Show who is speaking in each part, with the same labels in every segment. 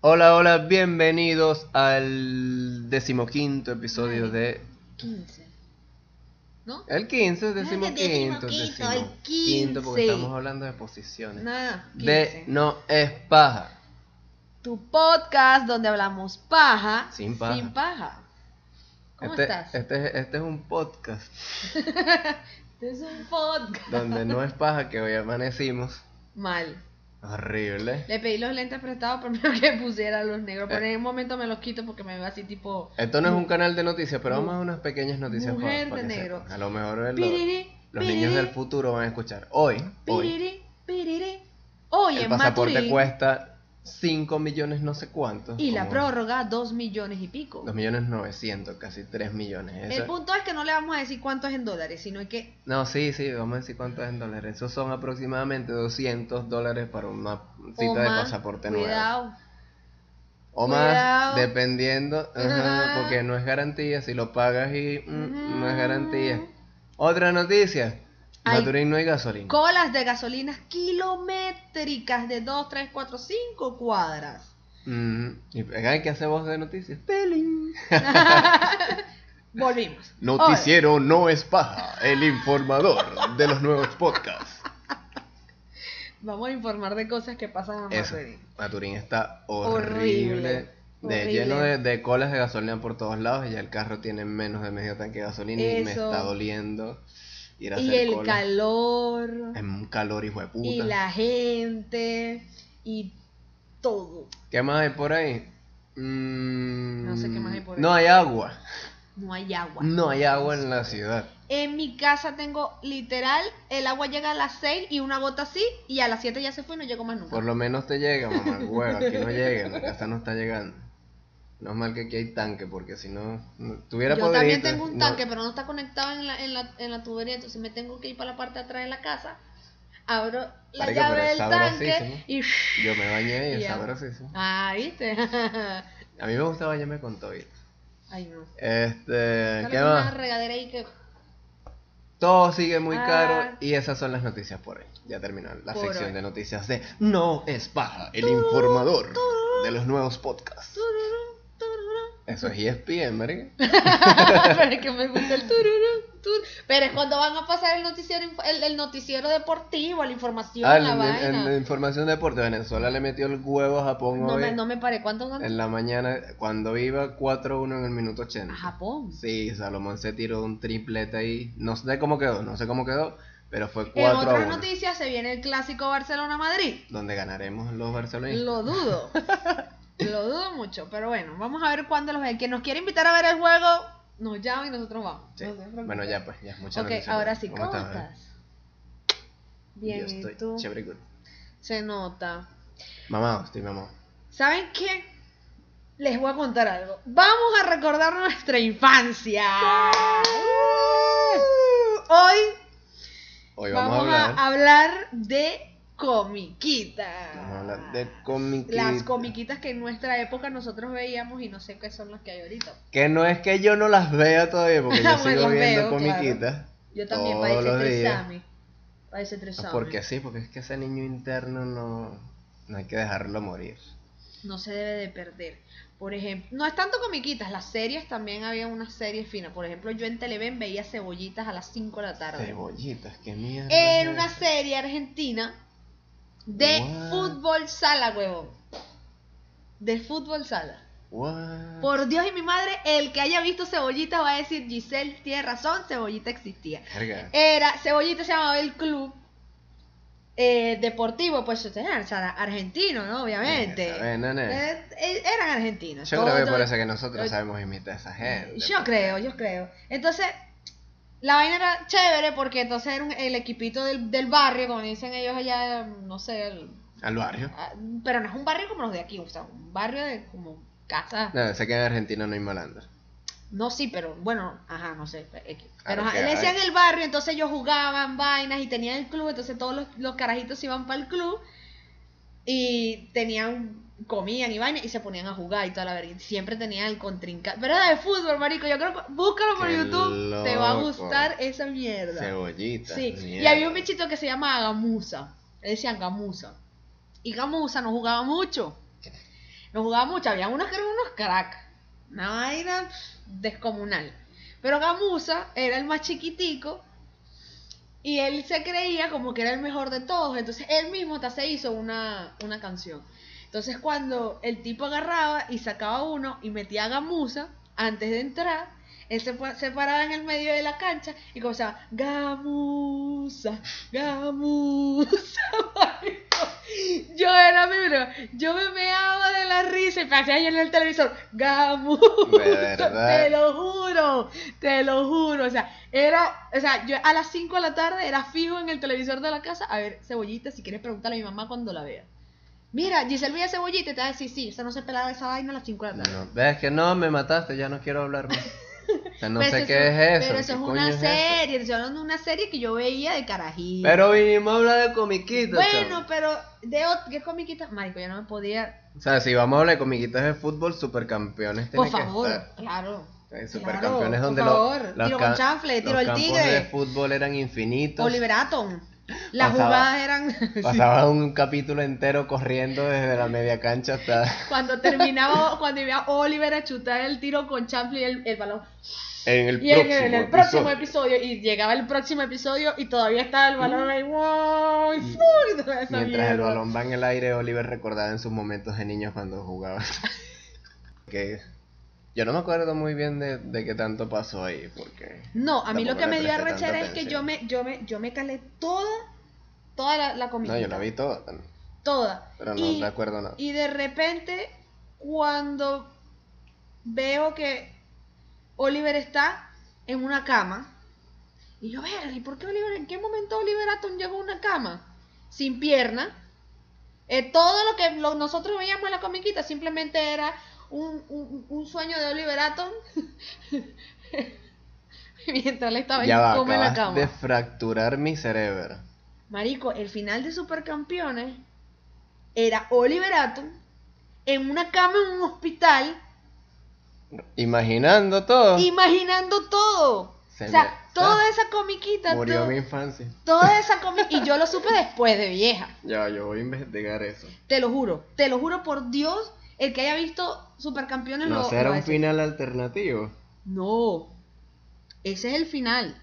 Speaker 1: Hola, hola, bienvenidos al decimoquinto episodio de...
Speaker 2: 15. ¿No?
Speaker 1: El 15, decimoquinto,
Speaker 2: decimoquinto, el 15.
Speaker 1: porque estamos hablando de posiciones.
Speaker 2: Nada. 15.
Speaker 1: de No es paja.
Speaker 2: Tu podcast donde hablamos paja.
Speaker 1: Sin paja.
Speaker 2: paja. ¿Cómo
Speaker 1: este,
Speaker 2: estás?
Speaker 1: Este, es- este es un podcast
Speaker 2: Este es un podcast.
Speaker 1: donde no es paja que hoy amanecimos.
Speaker 2: Mal.
Speaker 1: Horrible.
Speaker 2: Le pedí los lentes prestados por mí que pusiera los negros. Pero en un momento me los quito porque me veo así tipo.
Speaker 1: Esto no es un canal de noticias, pero vamos a unas pequeñas noticias para-
Speaker 2: Mujer
Speaker 1: para
Speaker 2: de
Speaker 1: que
Speaker 2: negro.
Speaker 1: sepan. A lo mejor el-
Speaker 2: Piriri,
Speaker 1: los niños
Speaker 2: piriri,
Speaker 1: del futuro van a escuchar. Hoy, hoy
Speaker 2: piriri, piriri. Hoy
Speaker 1: el
Speaker 2: en
Speaker 1: pasaporte
Speaker 2: Maturín.
Speaker 1: cuesta 5 millones no sé cuántos.
Speaker 2: Y la
Speaker 1: como
Speaker 2: prórroga, 2 millones y pico.
Speaker 1: 2 millones 900, casi 3 millones.
Speaker 2: El
Speaker 1: Eso-
Speaker 2: punto es que no le vamos a decir cuánto es en dólares, sino que
Speaker 1: No, sí, sí, vamos a decir cuánto es en dólares. Esos son aproximadamente 200 dólares para una cita
Speaker 2: Oma,
Speaker 1: de pasaporte nuevo.
Speaker 2: oh, cuidado.
Speaker 1: O más,
Speaker 2: Cuidado.
Speaker 1: dependiendo, ajá,
Speaker 2: Ajá.
Speaker 1: porque no es garantía, si lo pagas y mm, no es
Speaker 2: Ujú.
Speaker 1: garantía. Otra noticia,
Speaker 2: Ay.
Speaker 1: Maturín no hay gasolina.
Speaker 2: Colas de gasolinas kilométricas de 2, 3, 4, 5 cuadras.
Speaker 1: Ujú. Mm, Y acá hay que hacer voz de noticias. Pelín.
Speaker 2: Volvimos.
Speaker 1: Noticiero no es paja, el informador de los nuevos podcasts.
Speaker 2: Hoy vamos a informar de cosas que pasan en
Speaker 1: Eso,
Speaker 2: Madrid.
Speaker 1: Maturín está horrible.
Speaker 2: Horrible,
Speaker 1: De,
Speaker 2: horrible.
Speaker 1: lleno de, de colas de gasolina por todos lados y ya el carro tiene menos de medio tanque de gasolina y me
Speaker 2: Eso.
Speaker 1: está doliendo ir a
Speaker 2: Y
Speaker 1: hacer
Speaker 2: el
Speaker 1: cola.
Speaker 2: calor,
Speaker 1: Es un calor hijo de puta.
Speaker 2: y la gente, y todo.
Speaker 1: ¿Qué más hay por ahí? Mm,
Speaker 2: No sé qué más hay por ahí.
Speaker 1: No hay agua.
Speaker 2: No hay agua.
Speaker 1: No hay agua en la ciudad.
Speaker 2: En mi casa tengo literal, el agua llega a las 6 y una gota así, y a las 7 ya se fue y no llegó más nunca.
Speaker 1: Por lo menos te llega, mamá. Huevo, aquí no llega, en la casa no está llegando. No es mal que aquí hay tanque, porque si no, no- tuviera
Speaker 2: Yo también
Speaker 1: podridito,
Speaker 2: tengo un
Speaker 1: no-
Speaker 2: tanque, pero no está conectado en la, en, la, en la tubería, entonces me tengo que ir para la parte de atrás de la casa, abro la
Speaker 1: Marica,
Speaker 2: llave
Speaker 1: pero
Speaker 2: del
Speaker 1: es
Speaker 2: tanque
Speaker 1: sabrosísimo.
Speaker 2: y...
Speaker 1: Yo me bañé y es
Speaker 2: Ya.
Speaker 1: sabrosísimo.
Speaker 2: Ah, ¿viste?
Speaker 1: A mí me gusta bañarme con tobito.
Speaker 2: Ay, no.
Speaker 1: Este,
Speaker 2: Solo
Speaker 1: ¿qué
Speaker 2: es Una
Speaker 1: más?
Speaker 2: regadera ahí que...
Speaker 1: Todo sigue muy
Speaker 2: Ah.
Speaker 1: caro y esas son las noticias por hoy. Ya terminó la
Speaker 2: Por
Speaker 1: sección
Speaker 2: hoy.
Speaker 1: de noticias de No es paja, el informador de los nuevos podcasts.
Speaker 2: Tururú, tururú.
Speaker 1: Eso es E ESPN, marica.
Speaker 2: pero es que me gusta el tururú, tururú. Pero es cuando van a pasar el noticiero, inf- el, el noticiero deportivo, la información,
Speaker 1: Ah, en,
Speaker 2: la
Speaker 1: en- en
Speaker 2: vaina.
Speaker 1: información de deporte, Venezuela le metió el huevo a Japón
Speaker 2: no,
Speaker 1: hoy
Speaker 2: me, no me paré. ¿Cuánto ganó?
Speaker 1: en la mañana cuando iba 4-1 en el minuto 80.
Speaker 2: A Japón.
Speaker 1: Sí, Salomón se tiró un triplete ahí. No sé cómo quedó, no sé cómo quedó, pero fue
Speaker 2: En
Speaker 1: 4
Speaker 2: otras
Speaker 1: 1.
Speaker 2: noticias se viene el clásico Barcelona-Madrid.
Speaker 1: Donde ganaremos los barcelonistas.
Speaker 2: Lo dudo. Lo dudo mucho, pero bueno, vamos a ver cuándo los ve. Quien nos quiere invitar a ver el juego, nos llama y nosotros vamos.
Speaker 1: Sí.
Speaker 2: No se preocupen.
Speaker 1: Bueno, ya pues, ya es mucha
Speaker 2: Ok,
Speaker 1: noticia.
Speaker 2: ahora sí, ¿cómo,
Speaker 1: Ana?
Speaker 2: estás?
Speaker 1: Yo
Speaker 2: Bien, ¿y
Speaker 1: estoy
Speaker 2: tú?
Speaker 1: chévere good.
Speaker 2: Se nota.
Speaker 1: Mamá, estoy mamá.
Speaker 2: ¿Saben qué? Les voy a contar algo. Vamos a recordar nuestra infancia. Hoy,
Speaker 1: Hoy vamos,
Speaker 2: vamos
Speaker 1: a hablar.
Speaker 2: a hablar de comiquitas.
Speaker 1: Vamos a hablar de comiquitas.
Speaker 2: Las comiquitas que en nuestra época nosotros veíamos y no sé qué son las que hay ahorita.
Speaker 1: Que no es que yo no las vea todavía, porque yo
Speaker 2: Bueno,
Speaker 1: sigo
Speaker 2: las
Speaker 1: viendo
Speaker 2: veo,
Speaker 1: comiquitas.
Speaker 2: Yo también,
Speaker 1: Todos
Speaker 2: parece
Speaker 1: los días. Ah,
Speaker 2: tresame. Parece tresame.
Speaker 1: Porque sí, porque es que ese niño interno no, no hay que dejarlo morir.
Speaker 2: No se debe de perder. Por ejemplo, no es tanto comiquitas, las series también había unas series finas. Por ejemplo, yo en Televen veía cebollitas a las 5 de la tarde.
Speaker 1: Cebollitas, qué mierda.
Speaker 2: Era
Speaker 1: es
Speaker 2: una
Speaker 1: esa?
Speaker 2: serie argentina de
Speaker 1: What?
Speaker 2: fútbol sala, huevón. De fútbol sala.
Speaker 1: What?
Speaker 2: Por Dios y mi madre, el que haya visto Cebollita va a decir, Giselle tiene razón, Cebollita existía.
Speaker 1: Verga.
Speaker 2: Era, Cebollita se llamaba el club eh, deportivo, pues o sea, o sea, argentino, ¿no? Obviamente.
Speaker 1: Esa vaina, nene.
Speaker 2: Eh, eh, eran argentinos.
Speaker 1: Yo
Speaker 2: todo-
Speaker 1: creo que
Speaker 2: todo-
Speaker 1: por eso que nosotros
Speaker 2: yo-
Speaker 1: sabemos imitar a esa gente.
Speaker 2: Yo creo, yo creo. Entonces, la vaina era chévere porque entonces era un- el equipito del, del barrio, como dicen ellos allá, no sé, el-
Speaker 1: Al barrio.
Speaker 2: ah, pero no es un barrio como los de aquí, o sea, un barrio de como casa.
Speaker 1: No, sé que en Argentina no hay malandros.
Speaker 2: No, sí, pero bueno, ajá, no sé. X.
Speaker 1: Claro
Speaker 2: Pero ajá,
Speaker 1: que
Speaker 2: le decían
Speaker 1: hay.
Speaker 2: el barrio, entonces ellos jugaban vainas y tenían el club, entonces todos los, los carajitos iban para el club y tenían, comían y vainas y se ponían a jugar y toda la verga. y Siempre tenían el contrincante. Pero era de fútbol, marico, yo creo que búscalo por
Speaker 1: Qué
Speaker 2: YouTube, te va a
Speaker 1: loco.
Speaker 2: gustar esa mierda.
Speaker 1: Cebollitas.
Speaker 2: Sí, y
Speaker 1: mierda.
Speaker 2: había un bichito que se llamaba Gamusa. Le decían Gamusa. Y Gamusa no jugaba mucho. No jugaba mucho, había unos que eran unos crack. Una vaina pf, descomunal. Pero Gamusa era el más chiquitico y él se creía como que era el mejor de todos. Entonces él mismo hasta se hizo una, una canción. Entonces cuando el tipo agarraba y sacaba uno y metía a Gamusa antes de entrar, él se, pa- se paraba en el medio de la cancha y comenzaba Gamusa, Gamusa. marico. Yo era mi yo me meaba de la risa y pasé ahí en el televisor, Gamusa.
Speaker 1: verdad.
Speaker 2: Te lo juro, te lo juro. O sea, era, o sea, yo a las 5 de la tarde era fijo en el televisor de la casa. A ver, cebollita, si quieres preguntarle a mi mamá cuando la vea. Mira, Giselle veía cebollita y te va a decir, sí, o sea, no se pelaba esa vaina a las 5 de la tarde.
Speaker 1: No, ves que no, me mataste, ya no quiero hablar más. O sea, no
Speaker 2: Pero
Speaker 1: sé qué
Speaker 2: un-
Speaker 1: es eso.
Speaker 2: Pero eso
Speaker 1: qué
Speaker 2: es
Speaker 1: coño
Speaker 2: una
Speaker 1: eso.
Speaker 2: serie, estoy hablando de una serie que yo veía de carajito.
Speaker 1: Pero vinimos a hablar de comiquitas.
Speaker 2: bueno,
Speaker 1: chamo.
Speaker 2: pero de ot- qué comiquita, marico, yo no me podía.
Speaker 1: O sea, si vamos a hablar de comiquitas de fútbol, supercampeones
Speaker 2: Por
Speaker 1: tiene
Speaker 2: favor,
Speaker 1: que estar.
Speaker 2: claro.
Speaker 1: Eh,
Speaker 2: claro,
Speaker 1: Supercampeones donde
Speaker 2: por
Speaker 1: los-
Speaker 2: favor,
Speaker 1: los
Speaker 2: tiro
Speaker 1: ca-
Speaker 2: con chanfle, tiro
Speaker 1: los
Speaker 2: al
Speaker 1: campos de
Speaker 2: tigre,
Speaker 1: fútbol eran infinitos.
Speaker 2: Oliver Atom. Las
Speaker 1: Pasaba-
Speaker 2: jugadas eran
Speaker 1: Pasaba un capítulo entero corriendo desde la media cancha hasta
Speaker 2: Cuando terminaba, cuando iba Oliver a chutar el tiro con Champlin el, el balón.
Speaker 1: en el
Speaker 2: Y en
Speaker 1: próximo,
Speaker 2: el, en el próximo episodio. y llegaba el próximo episodio y todavía estaba el balón ahí, wow, y, fu, y toda esa
Speaker 1: Mm. Mientras el
Speaker 2: mierda.
Speaker 1: balón va en el aire, Oliver recordaba en sus momentos de niño cuando jugaba. que yo no me acuerdo muy bien de, de qué tanto pasó ahí, porque
Speaker 2: No, a mí lo
Speaker 1: Tampoco
Speaker 2: que
Speaker 1: le
Speaker 2: me dio
Speaker 1: presté tanta
Speaker 2: arrechera es que yo
Speaker 1: atención.
Speaker 2: me, yo me, yo me calé toda, toda la, la comida.
Speaker 1: no, yo la vi toda también,
Speaker 2: Toda.
Speaker 1: pero no
Speaker 2: y,
Speaker 1: recuerdo nada.
Speaker 2: y de repente, cuando veo que Oliver está en una cama, y yo, ver, ¿y por qué Oliver, en qué momento Oliver Atom llegó a una cama? Sin pierna. Eh, todo lo que lo- nosotros veíamos en la comiquita simplemente era un, un- un sueño de Oliver Atom mientras le estaba
Speaker 1: ya va,
Speaker 2: incómodo en la
Speaker 1: acabas
Speaker 2: cama.
Speaker 1: de fracturar mi cerebro.
Speaker 2: Marico, el final de Supercampeones era Oliver Atom en una cama en un hospital
Speaker 1: Imaginando todo,
Speaker 2: imaginando todo.
Speaker 1: Oh. Se
Speaker 2: o sea,
Speaker 1: me-
Speaker 2: toda esa comiquita,
Speaker 1: murió
Speaker 2: todo-
Speaker 1: mi infancia.
Speaker 2: toda esa comiquita. Y yo lo supe después de vieja.
Speaker 1: Ya, yo voy a investigar eso.
Speaker 2: Te lo juro. Te lo juro por Dios. El que haya visto Supercampeones
Speaker 1: No
Speaker 2: lo,
Speaker 1: será
Speaker 2: lo va a
Speaker 1: un
Speaker 2: decir.
Speaker 1: final alternativo.
Speaker 2: No. Ese es el final.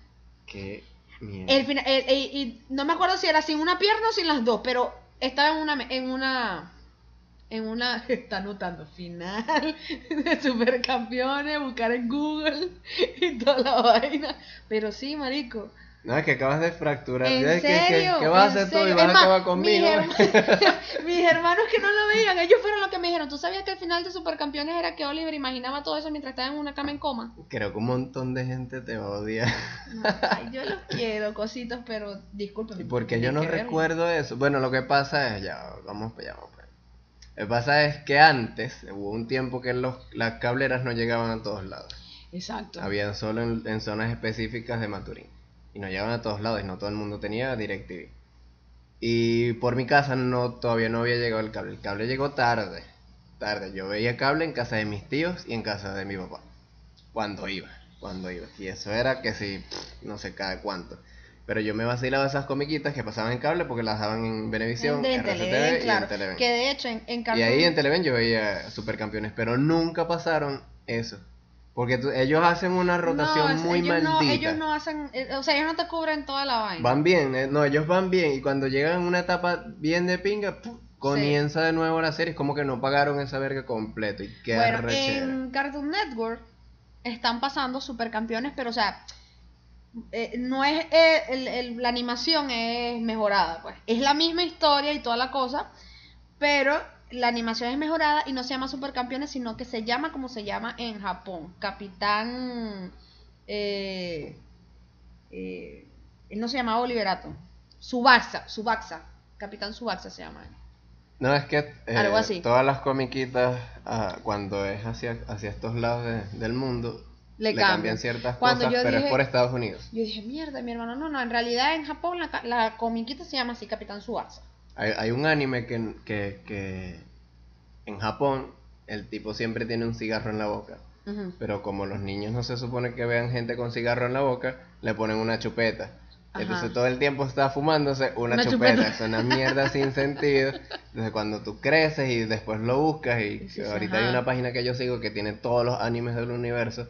Speaker 1: Qué mierda.
Speaker 2: El fina- el- el- y no me acuerdo si era sin una pierna o sin las dos, pero estaba en una. me- En una en una. Está anotando final de supercampeones, buscar en Google y toda la vaina. Pero sí, marico.
Speaker 1: No, es que acabas de fracturar.
Speaker 2: ¿En
Speaker 1: Ya es que- que-
Speaker 2: serio?
Speaker 1: que vas a
Speaker 2: ¿En
Speaker 1: hacer tú y
Speaker 2: serio?
Speaker 1: vas
Speaker 2: Es
Speaker 1: a
Speaker 2: más,
Speaker 1: acabar conmigo.
Speaker 2: Mis, herma- mis hermanos que no lo veían, ellos fueron los que me dijeron. ¿Tú sabías que el final de Supercampeones era que Oliver imaginaba todo eso mientras estaba en una cama en coma?
Speaker 1: Creo que un montón de gente te odia.
Speaker 2: Ay, yo los quiero, cositos, pero discúlpenme.
Speaker 1: ¿Y por qué yo no
Speaker 2: tienen que ver.
Speaker 1: recuerdo eso? Bueno, lo que pasa es, ya, vamos para allá, vamos pa' allá. Lo que pasa es que antes hubo un tiempo que los, las cableras no llegaban a todos lados.
Speaker 2: Exacto.
Speaker 1: Habían solo en, en zonas específicas de Maturín. Y no llegaban a todos lados y no todo el mundo tenía DirecTV. Y por mi casa no todavía no había llegado el cable. El cable llegó tarde. Tarde. Yo veía cable en casa de mis tíos y en casa de mi papá. Cuando iba. Cuando iba. Y eso era que si, pff, no sé cada cuánto. Pero yo me vacilaba esas comiquitas que pasaban en cable porque las daban en Venevisión,
Speaker 2: En- en
Speaker 1: RCTV
Speaker 2: Televen,
Speaker 1: y
Speaker 2: claro,
Speaker 1: en Televen.
Speaker 2: Que de hecho en, en
Speaker 1: Y
Speaker 2: Cartoon-
Speaker 1: ahí en Televen yo veía supercampeones, pero nunca pasaron eso. Porque tú- ellos hacen una
Speaker 2: No,
Speaker 1: rotación
Speaker 2: es-
Speaker 1: muy
Speaker 2: ellos
Speaker 1: maldita.
Speaker 2: No, ellos no hacen, eh, o sea, ellos no te cubren toda la vaina.
Speaker 1: Van bien, eh, no, ellos van bien. Y cuando llegan a una etapa bien de pinga, ¡pum! comienza de nuevo la serie. Es como que no pagaron esa verga completo. Y qué
Speaker 2: bueno,
Speaker 1: arrechera.
Speaker 2: en Cartoon Network están pasando supercampeones, pero o sea, eh, no es eh, el- el- la animación es mejorada, pues. Es la misma historia y toda la cosa, pero la animación es mejorada y no se llama supercampeones, sino que se llama como se llama en Japón, Capitán eh, eh, él no se llamaba Oliverato. Subasa, Subasa, Capitán Subasa se llama él.
Speaker 1: No, es que eh,
Speaker 2: Algo así.
Speaker 1: todas las comiquitas, ah, cuando es hacia, hacia estos lados de- del mundo,
Speaker 2: Le cambian.
Speaker 1: cambian ciertas
Speaker 2: Cuando
Speaker 1: cosas,
Speaker 2: yo
Speaker 1: pero es
Speaker 2: dije-
Speaker 1: por Estados Unidos.
Speaker 2: Yo dije, mierda, mi hermano, no, no, en realidad en Japón la, ca- la comiquita se llama así, Capitán Suasa.
Speaker 1: Hay, hay un anime que, que, que en Japón el tipo siempre tiene un cigarro en la boca. Pero como los niños no se supone que vean gente con cigarro en la boca, le ponen una chupeta.
Speaker 2: Ajá.
Speaker 1: Entonces todo el tiempo está fumándose una,
Speaker 2: Una
Speaker 1: chupeta.
Speaker 2: chupeta.
Speaker 1: Es una mierda sin sentido. Desde cuando tú creces y después lo buscas. Y
Speaker 2: Dices,
Speaker 1: que ahorita hay
Speaker 2: ajá.
Speaker 1: una página que yo sigo que tiene todos los animes del universo.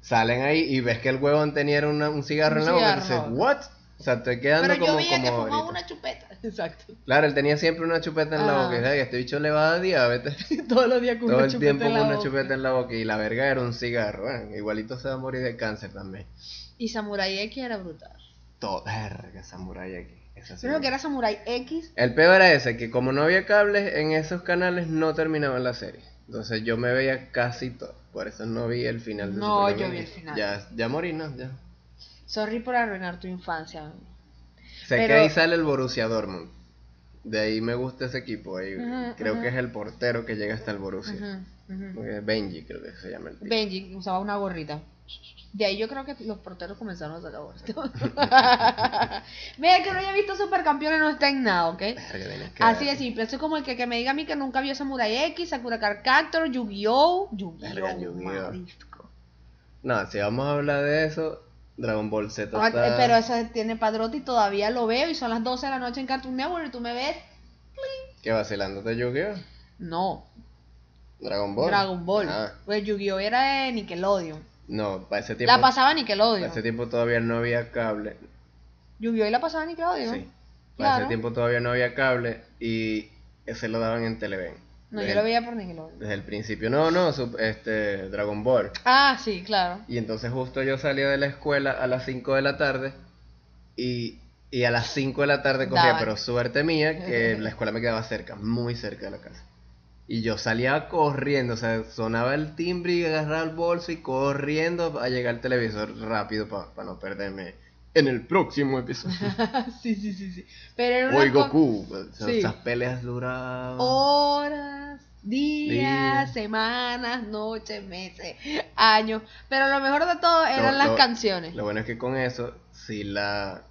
Speaker 1: Salen ahí y ves que el huevón tenía una- un cigarro
Speaker 2: Un
Speaker 1: en la boca. Y
Speaker 2: cigarro.
Speaker 1: dices, ¿what? O sea, estoy quedando
Speaker 2: Pero yo
Speaker 1: como,
Speaker 2: veía que
Speaker 1: como
Speaker 2: fumaba
Speaker 1: ahorita.
Speaker 2: una chupeta. Exacto.
Speaker 1: Claro, él tenía siempre una chupeta en la
Speaker 2: Ajá.
Speaker 1: boca. Y dice, "Ay, este bicho le va a dar diabetes.
Speaker 2: Todos los días con
Speaker 1: Todo
Speaker 2: Ah. una
Speaker 1: el
Speaker 2: chupeta
Speaker 1: tiempo
Speaker 2: en
Speaker 1: con
Speaker 2: la
Speaker 1: una
Speaker 2: boca.
Speaker 1: chupeta en la boca. Y la verga era un cigarro. Bueno, igualito se va a morir de cáncer también.
Speaker 2: Y Samurai X era brutal.
Speaker 1: Todo, verga, samurai aquí. Esa sí
Speaker 2: Yo creo
Speaker 1: me
Speaker 2: que era Samurai X.
Speaker 1: El peor era ese, que como no había cables en esos canales no terminaban la serie. Entonces yo me veía casi todo. Por eso no vi el final. de
Speaker 2: No,
Speaker 1: Superman.
Speaker 2: yo vi el final.
Speaker 1: Ya, ya morí, ¿no? Ya.
Speaker 2: Sorry por arruinar tu infancia.
Speaker 1: Sé que
Speaker 2: Pero-
Speaker 1: ahí sale el Borussia Dortmund. De ahí me gusta ese equipo. Ahí,
Speaker 2: Ujú,
Speaker 1: creo
Speaker 2: ujú.
Speaker 1: que es el portero que llega hasta el Borussia.
Speaker 2: Ujú, ujú.
Speaker 1: Porque Benji creo que se llama el tipo.
Speaker 2: Benji usaba una gorrita. De ahí yo creo que los porteros comenzaron a sacar gorritas. Mira, el que no haya visto Supercampeones no está en nada, ¿ok?
Speaker 1: Verga, tienes que
Speaker 2: Así
Speaker 1: ver.
Speaker 2: de simple. Eso es como el que, que me diga a mí que nunca vio Samurai X, Sakura Card Captor, Yu-Gi-Oh!
Speaker 1: Verga,
Speaker 2: Yu-Gi-Oh!
Speaker 1: Yu-Gi-Oh.
Speaker 2: marisco.
Speaker 1: No, si vamos a hablar de eso, Dragon Ball Z
Speaker 2: Ah,
Speaker 1: está-
Speaker 2: Pero ese tiene padrote y todavía lo veo y son las 12 de la noche en Cartoon Network y tú me ves.
Speaker 1: ¿Qué vacilándote Yu-Gi-Oh?
Speaker 2: No,
Speaker 1: Dragon Ball.
Speaker 2: Dragon Ball.
Speaker 1: Ah,
Speaker 2: Pues Yu-Gi-Oh! era de Nickelodeon.
Speaker 1: no, para ese tiempo.
Speaker 2: La pasaba
Speaker 1: Para
Speaker 2: Nickelodeon.
Speaker 1: ese tiempo todavía no había cable.
Speaker 2: Yu-Gi-Oh! y la pasaba Nickelodeon.
Speaker 1: Sí. Para ese
Speaker 2: Claro.
Speaker 1: tiempo todavía no había cable y se lo daban en Televen.
Speaker 2: No,
Speaker 1: Desde-
Speaker 2: yo lo veía por Nickelodeon.
Speaker 1: Desde el principio. No, no, su- este, Dragon Ball.
Speaker 2: Ah, sí, claro.
Speaker 1: Y entonces justo yo salía de la escuela a las 5 de la tarde y, y a las 5 de la tarde cogía,
Speaker 2: Daban.
Speaker 1: pero suerte mía que la escuela me quedaba cerca, muy cerca de la casa. Y yo salía corriendo, o sea, sonaba el timbre y agarraba el bolso y corriendo a llegar al televisor rápido para no perderme en el próximo episodio.
Speaker 2: sí, sí, sí, sí. Pero era una
Speaker 1: Hoy
Speaker 2: co-
Speaker 1: Goku, o sea,
Speaker 2: Sí. Oh.
Speaker 1: esas peleas duraban.
Speaker 2: horas, días,
Speaker 1: Días.
Speaker 2: semanas, noches, meses, años. Pero lo mejor de todo eran
Speaker 1: Lo-
Speaker 2: las
Speaker 1: lo-
Speaker 2: canciones.
Speaker 1: Lo bueno es que con eso sí la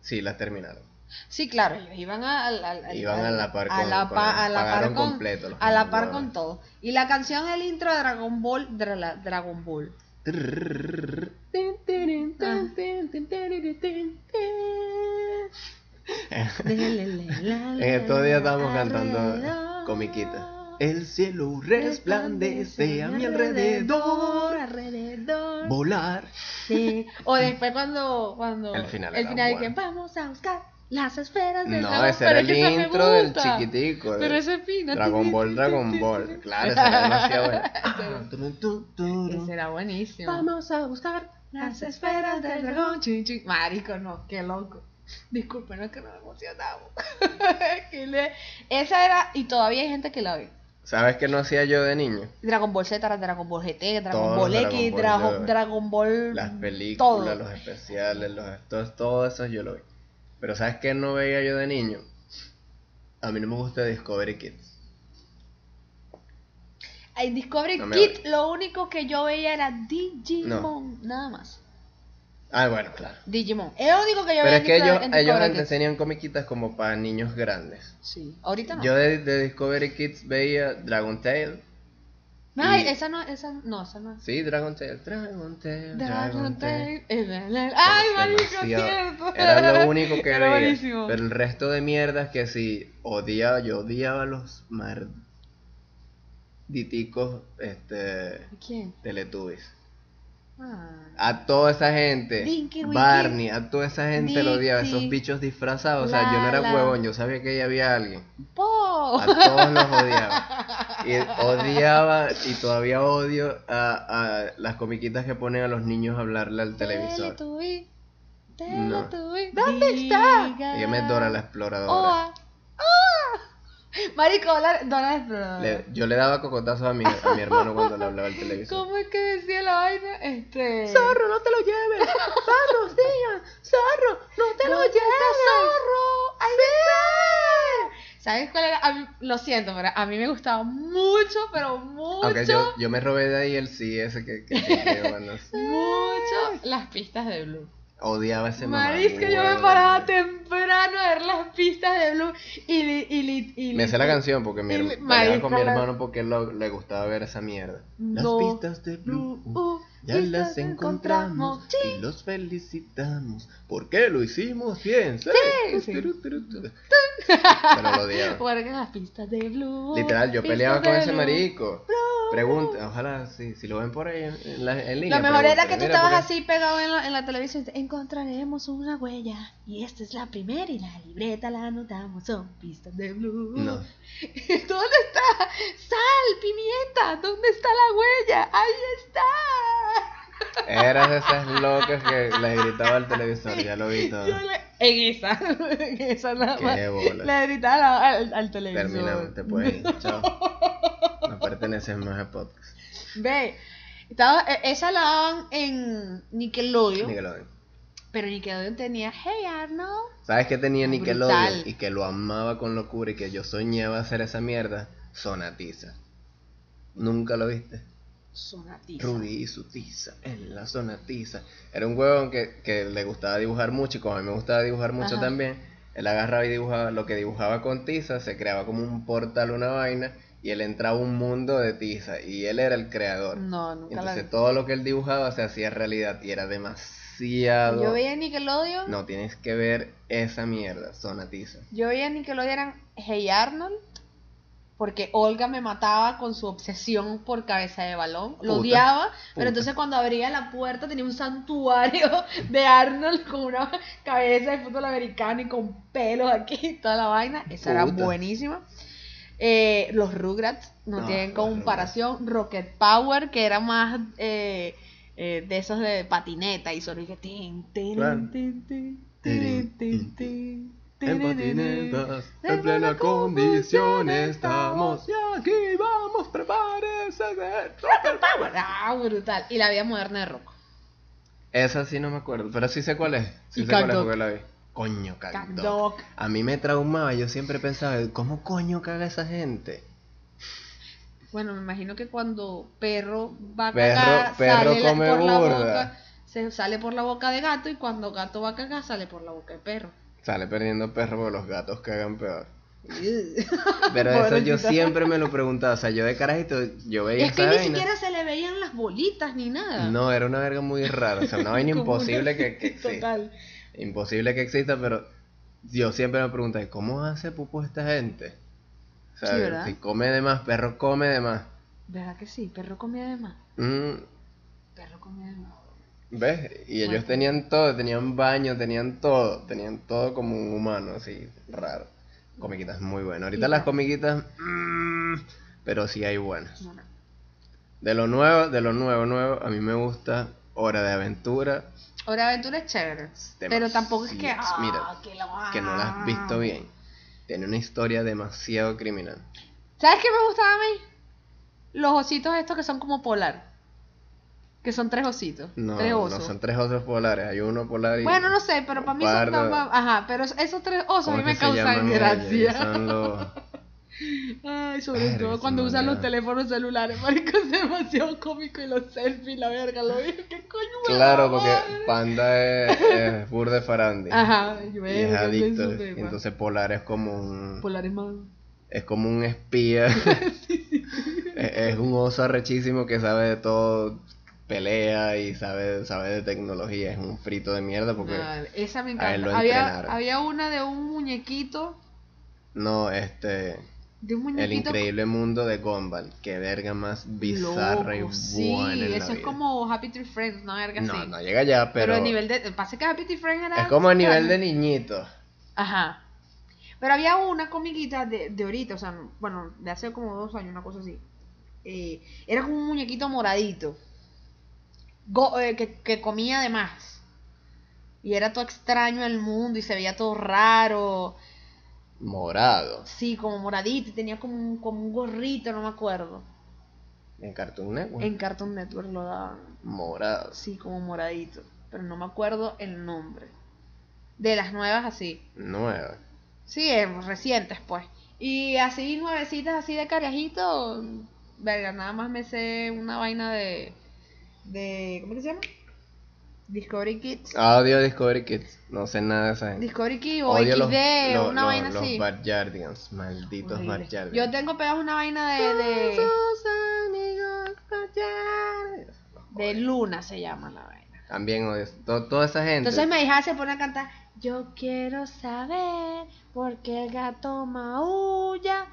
Speaker 1: sí la terminaron.
Speaker 2: Sí, claro, ellos iban a, al- al- al-
Speaker 1: Iban a la par
Speaker 2: a
Speaker 1: con-
Speaker 2: la,
Speaker 1: con-
Speaker 2: pa- a la par
Speaker 1: pagaron
Speaker 2: con,
Speaker 1: completo los
Speaker 2: a la par
Speaker 1: huevones.
Speaker 2: con todo. Y la canción, el intro de Dragon Ball, de la- Dragon Ball.
Speaker 1: Ah.
Speaker 3: Ah,
Speaker 1: En
Speaker 2: En
Speaker 1: estos días estábamos cantando comiquita. El cielo resplandece a mi alrededor.
Speaker 2: alrededor.
Speaker 1: Volar.
Speaker 2: Sí. O después cuando, cuando
Speaker 1: El final
Speaker 2: el
Speaker 1: era
Speaker 2: final de que
Speaker 1: bueno.
Speaker 2: vamos a buscar las esferas del
Speaker 1: No,
Speaker 2: dragón",
Speaker 1: ese era
Speaker 2: pero es
Speaker 1: el
Speaker 2: que esa me
Speaker 1: intro del
Speaker 2: gusta.
Speaker 1: chiquitico. de
Speaker 2: Pero ese fino.
Speaker 1: Dragon Ball, Dragon Ball. Claro, ese era demasiado bueno. Ah, turun, turun, turun.
Speaker 2: Ese era buenísimo.
Speaker 3: Vamos a buscar las esferas del dragón.
Speaker 2: Chin, chin. Marico, no, qué loco. Disculpen, es que nos emocionamos. Qué le- Esa era, y todavía hay gente que la ve.
Speaker 1: ¿Sabes qué no hacía yo de niño?
Speaker 2: Dragon Ball Z, Dragon Ball GT, Dragon
Speaker 1: Todos los
Speaker 2: Ball
Speaker 1: Dragon
Speaker 2: X,
Speaker 1: Ball
Speaker 2: Dragon,
Speaker 1: yo-
Speaker 2: Dragon Ball.
Speaker 1: Las películas,
Speaker 2: todo.
Speaker 1: los especiales, los todo, todo eso yo lo vi. Pero ¿sabes qué no veía yo de niño? A mí no me gusta Discovery Kids.
Speaker 2: En Discovery
Speaker 1: No me
Speaker 2: Kid lo único que yo veía era Digimon, nada más.
Speaker 1: Ah, bueno, claro.
Speaker 2: Digimon. Era lo único que yo
Speaker 1: Pero
Speaker 2: veía
Speaker 1: es que
Speaker 2: en Discover-
Speaker 1: ellos,
Speaker 2: en
Speaker 1: ellos
Speaker 2: Discovery
Speaker 1: antes
Speaker 2: Kids.
Speaker 1: tenían comiquitas como para niños grandes.
Speaker 2: Sí, ahorita no.
Speaker 1: Yo de, de Discovery Kids veía Dragon Tail.
Speaker 2: Ay,
Speaker 1: y-
Speaker 2: esa no, esa no, esa no.
Speaker 1: Sí, Dragon Tail. Dragon Tail. Dragon
Speaker 2: Eh,
Speaker 1: Tail.
Speaker 2: Ay, marico,
Speaker 1: Demasiado.
Speaker 2: cierto.
Speaker 1: Era lo único que
Speaker 2: Era
Speaker 1: veía.
Speaker 2: buenísimo.
Speaker 1: Pero el resto de mierdas que sí odiaba, yo odiaba los malditicos este
Speaker 2: ¿Quién?
Speaker 1: Teletubbies.
Speaker 2: Ah.
Speaker 1: A toda esa gente,
Speaker 2: Dinky Winky.
Speaker 1: Barney, a toda esa gente lo odiaba,
Speaker 2: Dixie.
Speaker 1: esos bichos disfrazados, o sea, yo no era
Speaker 2: Lala.
Speaker 1: huevón, yo sabía que ahí había alguien.
Speaker 2: Po.
Speaker 1: A todos los odiaba. Y odiaba y todavía odio a, a las comiquitas que ponen a los niños a hablarle al televisor.
Speaker 2: Teletubby,
Speaker 1: No.
Speaker 2: Teletubby, ¿Dónde está?
Speaker 1: Dígame Dora la exploradora.
Speaker 2: Oa. Oh, ¡Ah! Marico, Dora, Dora la exploradora.
Speaker 1: Le- yo le daba cocotazos a mi, a mi hermano cuando le hablaba al televisor.
Speaker 2: ¿Cómo es que decía la vaina? Este.
Speaker 3: Zorro, no te lo lleves. Zorro, sigan. Zorro, no te Oh. lo
Speaker 2: ¿Dónde está
Speaker 3: lleves.
Speaker 2: zorro! ¡Ahí está! ¿Sabes cuál era? A mí- lo siento, pero a mí me gustaba mucho, pero mucho,
Speaker 1: Aunque yo, yo me robé de ahí el sí ese que, que, que- que, bueno, sí.
Speaker 2: mucho las pistas de Blue.
Speaker 1: odiaba ese mamá.
Speaker 2: Marisco, yo me paraba temprano a ver las pistas de Blue y, li- y, li- y,
Speaker 1: Me
Speaker 2: li-
Speaker 1: sé la canción porque mi,
Speaker 2: y
Speaker 1: herma-
Speaker 2: le-
Speaker 1: peleaba con mi
Speaker 2: marica, la-
Speaker 1: hermano porque lo- le gustaba ver esa mierda.
Speaker 2: No.
Speaker 1: Las pistas de
Speaker 2: Blue,
Speaker 1: Blue.
Speaker 2: uh,
Speaker 1: Ya
Speaker 2: Y
Speaker 1: las
Speaker 2: los
Speaker 1: encontramos
Speaker 2: encontramos, sí.
Speaker 1: y los felicitamos porque lo hicimos bien. Sí.
Speaker 2: Sí.
Speaker 1: Turu, turu, tu. Pero lo odiaba.
Speaker 2: Guarda las pistas de Blue.
Speaker 1: Literal, yo
Speaker 2: pistas
Speaker 1: peleaba con
Speaker 2: de
Speaker 1: ese
Speaker 2: Blue.
Speaker 1: marico.
Speaker 2: Blue.
Speaker 1: Pregunta, ojalá si, si lo ven por ahí en, en la, en línea.
Speaker 2: Lo mejor era
Speaker 1: pregúntale,
Speaker 2: que tú
Speaker 1: "Mira,
Speaker 2: estabas
Speaker 1: porque-".
Speaker 2: así pegado en la, en la televisión. dice, Encontraremos una huella. Y esta es la primera y la libreta la anotamos. Son pistas de blue.
Speaker 1: No.
Speaker 2: ¿Dónde está? Sal, pimienta. ¿Dónde está la huella? Ahí está.
Speaker 1: Eras de esas locas que le gritaba al televisor, ya lo vi todo.
Speaker 2: Yo le- En esa. En esa nada
Speaker 1: Qué
Speaker 2: más.
Speaker 1: bola.
Speaker 2: Le gritaba al, al televisor.
Speaker 1: Terminamos, te puedes ir. Chao. No perteneces más al podcast.
Speaker 2: Ve. Estaba, e- esa la daban en Nickelodeon.
Speaker 1: Nickelodeon.
Speaker 2: Pero Nickelodeon tenía Hey Arnold.
Speaker 1: ¿Sabes qué tenía Nickelodeon?
Speaker 2: Brutal.
Speaker 1: Y que lo amaba con locura y que yo soñaba hacer esa mierda. Sonatiza. ¿Nunca lo viste?
Speaker 2: Sonatiza.
Speaker 1: Rudy y su tiza en la sonatiza. Era un huevón que, que le gustaba dibujar mucho y como a mí me gustaba dibujar mucho
Speaker 2: Ajá.
Speaker 1: también, él agarraba y dibujaba lo que dibujaba con tiza, se creaba como un portal, una vaina, y él entraba a un mundo de tiza y él era el creador.
Speaker 2: No, Mm, nunca la vi.
Speaker 1: Entonces todo lo que él dibujaba se hacía realidad y era demasiado...
Speaker 2: Yo veía Nickelodeon.
Speaker 1: No, tienes que ver esa mierda, sonatiza.
Speaker 2: Yo veía Nickelodeon eran Hey Arnold. Porque Olga me mataba con su obsesión por cabeza de balón. Lo
Speaker 1: Puta,
Speaker 2: odiaba.
Speaker 1: puta.
Speaker 2: Pero entonces cuando abría la puerta tenía un santuario de Arnold con una cabeza de fútbol americano y con pelos aquí y toda la vaina. Esa era
Speaker 1: Puta.
Speaker 2: buenísima. Eh, los Rugrats no,
Speaker 1: No,
Speaker 2: tienen
Speaker 1: los
Speaker 2: comparación. Rocket Power, que era más eh, eh, de esos de patineta y solo dije... tin, tin,
Speaker 1: Claro.
Speaker 2: tin, tin,
Speaker 1: Tin,
Speaker 2: tin,
Speaker 1: tin,
Speaker 2: tin, tin,
Speaker 1: En
Speaker 2: tin, tin, tin.
Speaker 1: patinetas, en
Speaker 2: en
Speaker 1: plena
Speaker 2: plena
Speaker 1: condición
Speaker 2: condición
Speaker 1: estamos.
Speaker 2: estamos.
Speaker 1: Y aquí vamos, prepárese de
Speaker 2: Power. Ah, brutal. Y la vida moderna de Rocco.
Speaker 1: Esa sí no me acuerdo, pero sí sé cuál es. Sí
Speaker 2: Y
Speaker 1: sé cuál es
Speaker 2: Cagdog.
Speaker 1: porque la vi. Coño,
Speaker 2: Cat
Speaker 1: cagdo.
Speaker 2: Dog.
Speaker 1: A mí me traumaba, yo siempre pensaba, ¿cómo coño caga esa gente?
Speaker 2: Bueno, me imagino que cuando perro va a
Speaker 1: Perro-
Speaker 2: cagar,
Speaker 1: perro
Speaker 2: sale la-
Speaker 1: come
Speaker 2: por la
Speaker 1: burda.
Speaker 2: boca, se sale por la boca de gato y cuando gato va a cagar, sale por la boca de perro.
Speaker 1: Sale perdiendo perro porque los gatos cagan peor.
Speaker 2: y
Speaker 1: Pero eso yo
Speaker 2: Pobrecita.
Speaker 1: siempre me lo preguntaba, o sea, yo de carajito, yo veía
Speaker 2: es que
Speaker 1: esa
Speaker 2: ni
Speaker 1: vaina.
Speaker 2: siquiera se le veían las bolitas ni nada.
Speaker 1: No, era una verga muy rara, o sea, una vaina
Speaker 2: Como una-
Speaker 1: imposible que, que exista.
Speaker 2: Total.
Speaker 1: imposible que exista, pero yo siempre me pregunté, ¿cómo hace pupo esta gente? O sea,
Speaker 2: Sí, ¿verdad?
Speaker 1: si come de más, perro come de más.
Speaker 2: ¿Verdad que sí? Perro comía de más.
Speaker 1: Mm,
Speaker 2: Perro comía de más.
Speaker 1: ¿Ves? Y ellos
Speaker 2: Bueno.
Speaker 1: tenían todo, tenían baño, tenían todo, tenían todo como un humano, así, raro. Comiquitas muy buenas. Ahorita
Speaker 2: Y
Speaker 1: las
Speaker 2: ya.
Speaker 1: comiquitas, mm, pero sí hay buenas.
Speaker 2: No, no.
Speaker 1: De lo nuevo, de lo nuevo, nuevo, a mí me gusta Hora de Aventura,
Speaker 2: Hora de aventura es chévere. Pero tampoco es que.
Speaker 1: Demasiado.
Speaker 2: ah,
Speaker 1: Mira,
Speaker 2: que, la- ah.
Speaker 1: que no la has visto bien. Tiene una historia demasiado criminal.
Speaker 2: ¿Sabes qué me gustaba a mí? Los ositos estos que son como polar. Que son tres ositos.
Speaker 1: No,
Speaker 2: tres
Speaker 1: no
Speaker 2: osos.
Speaker 1: son tres osos polares, hay uno polar y...
Speaker 2: Bueno, no sé, pero para mí son
Speaker 1: Pardo.
Speaker 2: tan... Ajá, pero esos tres osos a
Speaker 1: ¿cómo
Speaker 2: mí
Speaker 1: es que
Speaker 2: me
Speaker 1: se llaman
Speaker 2: causan
Speaker 1: ellos?
Speaker 2: gracia.
Speaker 1: Son los-
Speaker 2: Ay, sobre
Speaker 1: Verga,
Speaker 2: todo
Speaker 1: se
Speaker 2: cuando
Speaker 1: me
Speaker 2: usan los
Speaker 1: olvidó.
Speaker 2: teléfonos celulares, marico, es demasiado cómico y los selfies, la verga, lo vi, qué coño.
Speaker 1: Claro, porque
Speaker 2: madre?
Speaker 1: Panda es, es burde farandi.
Speaker 2: Ajá, yo
Speaker 1: Y es
Speaker 2: verga, qué
Speaker 1: adicto.
Speaker 2: su
Speaker 1: y
Speaker 2: tema.
Speaker 1: Entonces Polar es como un...
Speaker 2: Polar es más.
Speaker 1: Es como un espía. es, es un oso arrechísimo que sabe de todo, pelea y sabe, sabe de tecnología. Es un frito de mierda porque...
Speaker 2: Nah, esa me
Speaker 1: a él lo
Speaker 2: encanta. Había,
Speaker 1: entrenaron.
Speaker 2: había una de un muñequito,
Speaker 1: No, este...
Speaker 2: de un
Speaker 1: El
Speaker 2: muñequito
Speaker 1: increíble mundo de Gumball. Qué verga más bizarra
Speaker 2: Loco,
Speaker 1: y
Speaker 2: sí,
Speaker 1: buena en la
Speaker 2: eso es
Speaker 1: vida.
Speaker 2: como Happy Tree Friends, ¿no? Verga,
Speaker 1: No,
Speaker 2: sí.
Speaker 1: no llega ya,
Speaker 2: pero,
Speaker 1: pero...
Speaker 2: a nivel de... Pasa que Happy Tree Friends era...
Speaker 1: Es como a nivel
Speaker 2: Ajá.
Speaker 1: de niñito.
Speaker 2: Ajá. Pero había una comiquita de, de ahorita, o sea, bueno, de hace como dos años, una cosa así. Eh, era como un muñequito moradito. Go- eh, que, que comía de más. Y era todo extraño el mundo y se veía todo raro.
Speaker 1: Morado.
Speaker 2: Sí, como moradito y tenía como un, como un gorrito, no me acuerdo.
Speaker 1: En Cartoon Network.
Speaker 2: En Cartoon Network lo daban.
Speaker 1: Morado.
Speaker 2: Sí, como moradito. Pero no me acuerdo el nombre. De las nuevas así.
Speaker 1: Nueva.
Speaker 2: Sí, eh, recientes pues. Y así nuevecitas así de carajito. Verga, nada más me sé una vaina de. de ¿Cómo que se llama? Discovery Kids.
Speaker 1: Audio Discovery Kids. No sé nada de esa gente.
Speaker 2: Discovery Kids o
Speaker 1: Ah, Odio los,
Speaker 2: XD,
Speaker 1: lo-
Speaker 2: una
Speaker 1: lo-
Speaker 2: vaina
Speaker 1: los
Speaker 2: así.
Speaker 1: Bad Guardians. Malditos
Speaker 2: Horrible.
Speaker 1: Bad Guardians.
Speaker 2: Yo tengo pegados una vaina de. de...
Speaker 1: Sus amigos Bad Guardians.
Speaker 2: De Luna se llama la vaina.
Speaker 1: También odio. to- toda esa gente.
Speaker 2: Entonces mi hija se pone a cantar, yo quiero saber por qué el gato maulla.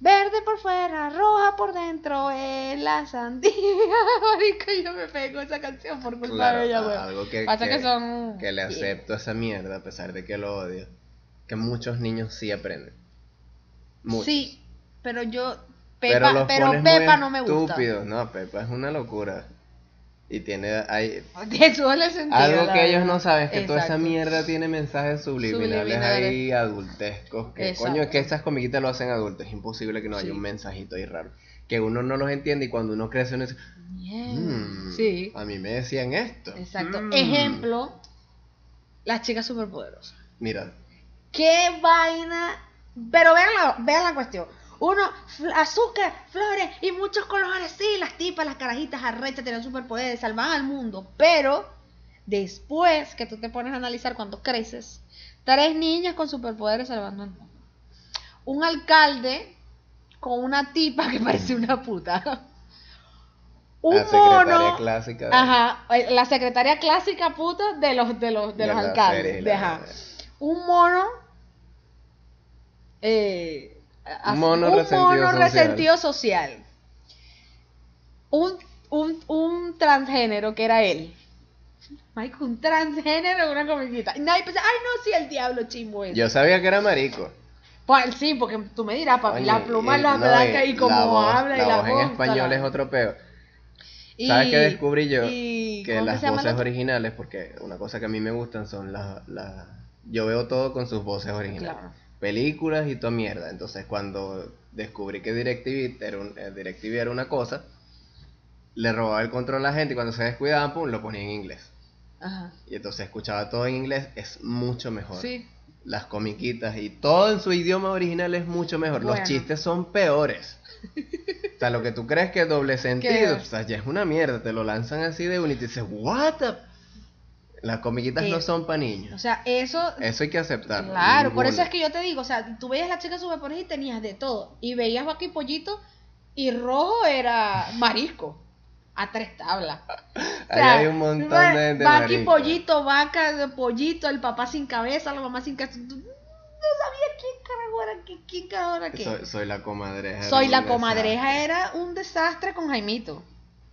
Speaker 2: Verde por fuera, roja por dentro, es la sandía. Marica, yo me pego esa canción por culpa
Speaker 1: Claro,
Speaker 2: de ella,
Speaker 1: a-
Speaker 2: güey.
Speaker 1: algo que,
Speaker 2: Pasa
Speaker 1: que-
Speaker 2: que son-
Speaker 1: que le
Speaker 2: sí.
Speaker 1: acepto esa mierda a pesar de que lo odio. Que muchos niños sí aprenden. Muchos.
Speaker 2: Sí, pero yo, Pepa,
Speaker 1: los
Speaker 2: pero,
Speaker 1: pones muy
Speaker 2: Pepa no me gusta.
Speaker 1: Estúpidos, no, Pepa es una locura. Y tiene hay
Speaker 2: Eso le sentido.
Speaker 1: algo
Speaker 2: la
Speaker 1: que ellos
Speaker 2: verdad.
Speaker 1: no saben es que toda esa
Speaker 2: Exacto.
Speaker 1: mierda tiene mensajes subliminales
Speaker 2: Subliminales.
Speaker 1: ahí adultescos. Que
Speaker 2: Exacto.
Speaker 1: coño es que esas comiquitas lo hacen adultos, es imposible que no haya
Speaker 2: Sí.
Speaker 1: un mensajito ahí raro. Que uno no los entiende y cuando uno crece uno dice,
Speaker 2: Mierda.
Speaker 1: "Mm,
Speaker 2: Sí.
Speaker 1: a mí me decían esto.
Speaker 2: Exacto.
Speaker 1: Mm.
Speaker 2: Ejemplo, las chicas superpoderosas.
Speaker 1: Mira,
Speaker 2: Qué vaina. Pero vean la, vean la cuestión. Uno, fl- azúcar, flores y muchos colores. Sí, las tipas, las carajitas arrechas tenían superpoderes, salvaban al mundo. Pero después que tú te pones a analizar cuando creces, tres niñas con superpoderes salvando al mundo. Un alcalde con una tipa que parece una puta. Un
Speaker 1: la secretaria
Speaker 2: mono.
Speaker 1: clásica de-
Speaker 2: Ajá, eh, la secretaria clásica puta de los de los de
Speaker 1: de
Speaker 2: los
Speaker 1: la
Speaker 2: alcaldes.
Speaker 1: serie,
Speaker 2: de-
Speaker 1: la-
Speaker 2: ajá. Un mono eh, as-
Speaker 1: mono
Speaker 2: un
Speaker 1: resentido
Speaker 2: mono
Speaker 1: social.
Speaker 2: resentido social. Un, un, un transgénero que era él. Mike, un transgénero en una comiquita. Y nadie pensaba, ay no, sí, el diablo chimbo es.
Speaker 1: Yo sabía que era marico.
Speaker 2: Pues sí, porque tú me dirás, papi,
Speaker 1: Oye,
Speaker 2: la pluma
Speaker 1: y-
Speaker 2: la
Speaker 1: no, eh,
Speaker 2: blanca y,
Speaker 1: la
Speaker 2: como
Speaker 1: voz-
Speaker 2: habla y la
Speaker 1: voz en
Speaker 2: voz,
Speaker 1: español
Speaker 2: tal.
Speaker 1: es otro peo.
Speaker 2: Y-
Speaker 1: ¿Sabes qué descubrí yo?
Speaker 2: y-
Speaker 1: que
Speaker 2: ¿cómo
Speaker 1: las
Speaker 2: se llama la
Speaker 1: voces
Speaker 2: otra?
Speaker 1: originales, porque una cosa que a mí me gustan son las... las- Yo veo todo con sus voces originales.
Speaker 2: Claro.
Speaker 1: Películas y toda mierda. Entonces cuando descubrí que DirecTV era, un- eh, DirecTV era una cosa, le robaba el control a la gente y cuando se descuidaban, pum, lo ponía en inglés.
Speaker 2: Ajá.
Speaker 1: Y entonces escuchaba todo en inglés, es mucho mejor.
Speaker 2: Sí.
Speaker 1: Las comiquitas y todo en su idioma original es mucho mejor.
Speaker 2: Bueno.
Speaker 1: Los chistes son peores. O sea, lo que tú crees que es doble sentido, o sea, ya es una mierda. Te lo lanzan así de uno y te dices, ¿What the-" Las comiquitas
Speaker 2: Eh,
Speaker 1: no son para
Speaker 2: O
Speaker 1: niños.
Speaker 2: sea, eso
Speaker 1: Eso hay que aceptarlo.
Speaker 2: Claro, por eso
Speaker 1: ninguna.
Speaker 2: es que yo te digo, o sea, tú veías la chica superpoderes y tenías de todo. Y veías Vaca y Pollito y rojo era marisco. A tres tablas. O
Speaker 1: Ahí
Speaker 2: sea,
Speaker 1: hay un montón
Speaker 2: va-
Speaker 1: de. de
Speaker 2: Vaca y
Speaker 1: marico.
Speaker 2: Pollito, vaca, de pollito, el papá sin cabeza, la mamá sin cabeza. Tú- No sabía quién carajo era qué, quién carajo era qué.
Speaker 1: Soy,
Speaker 2: Soy,
Speaker 1: soy la comadreja.
Speaker 2: la comadreja, era un desastre con Jaimito.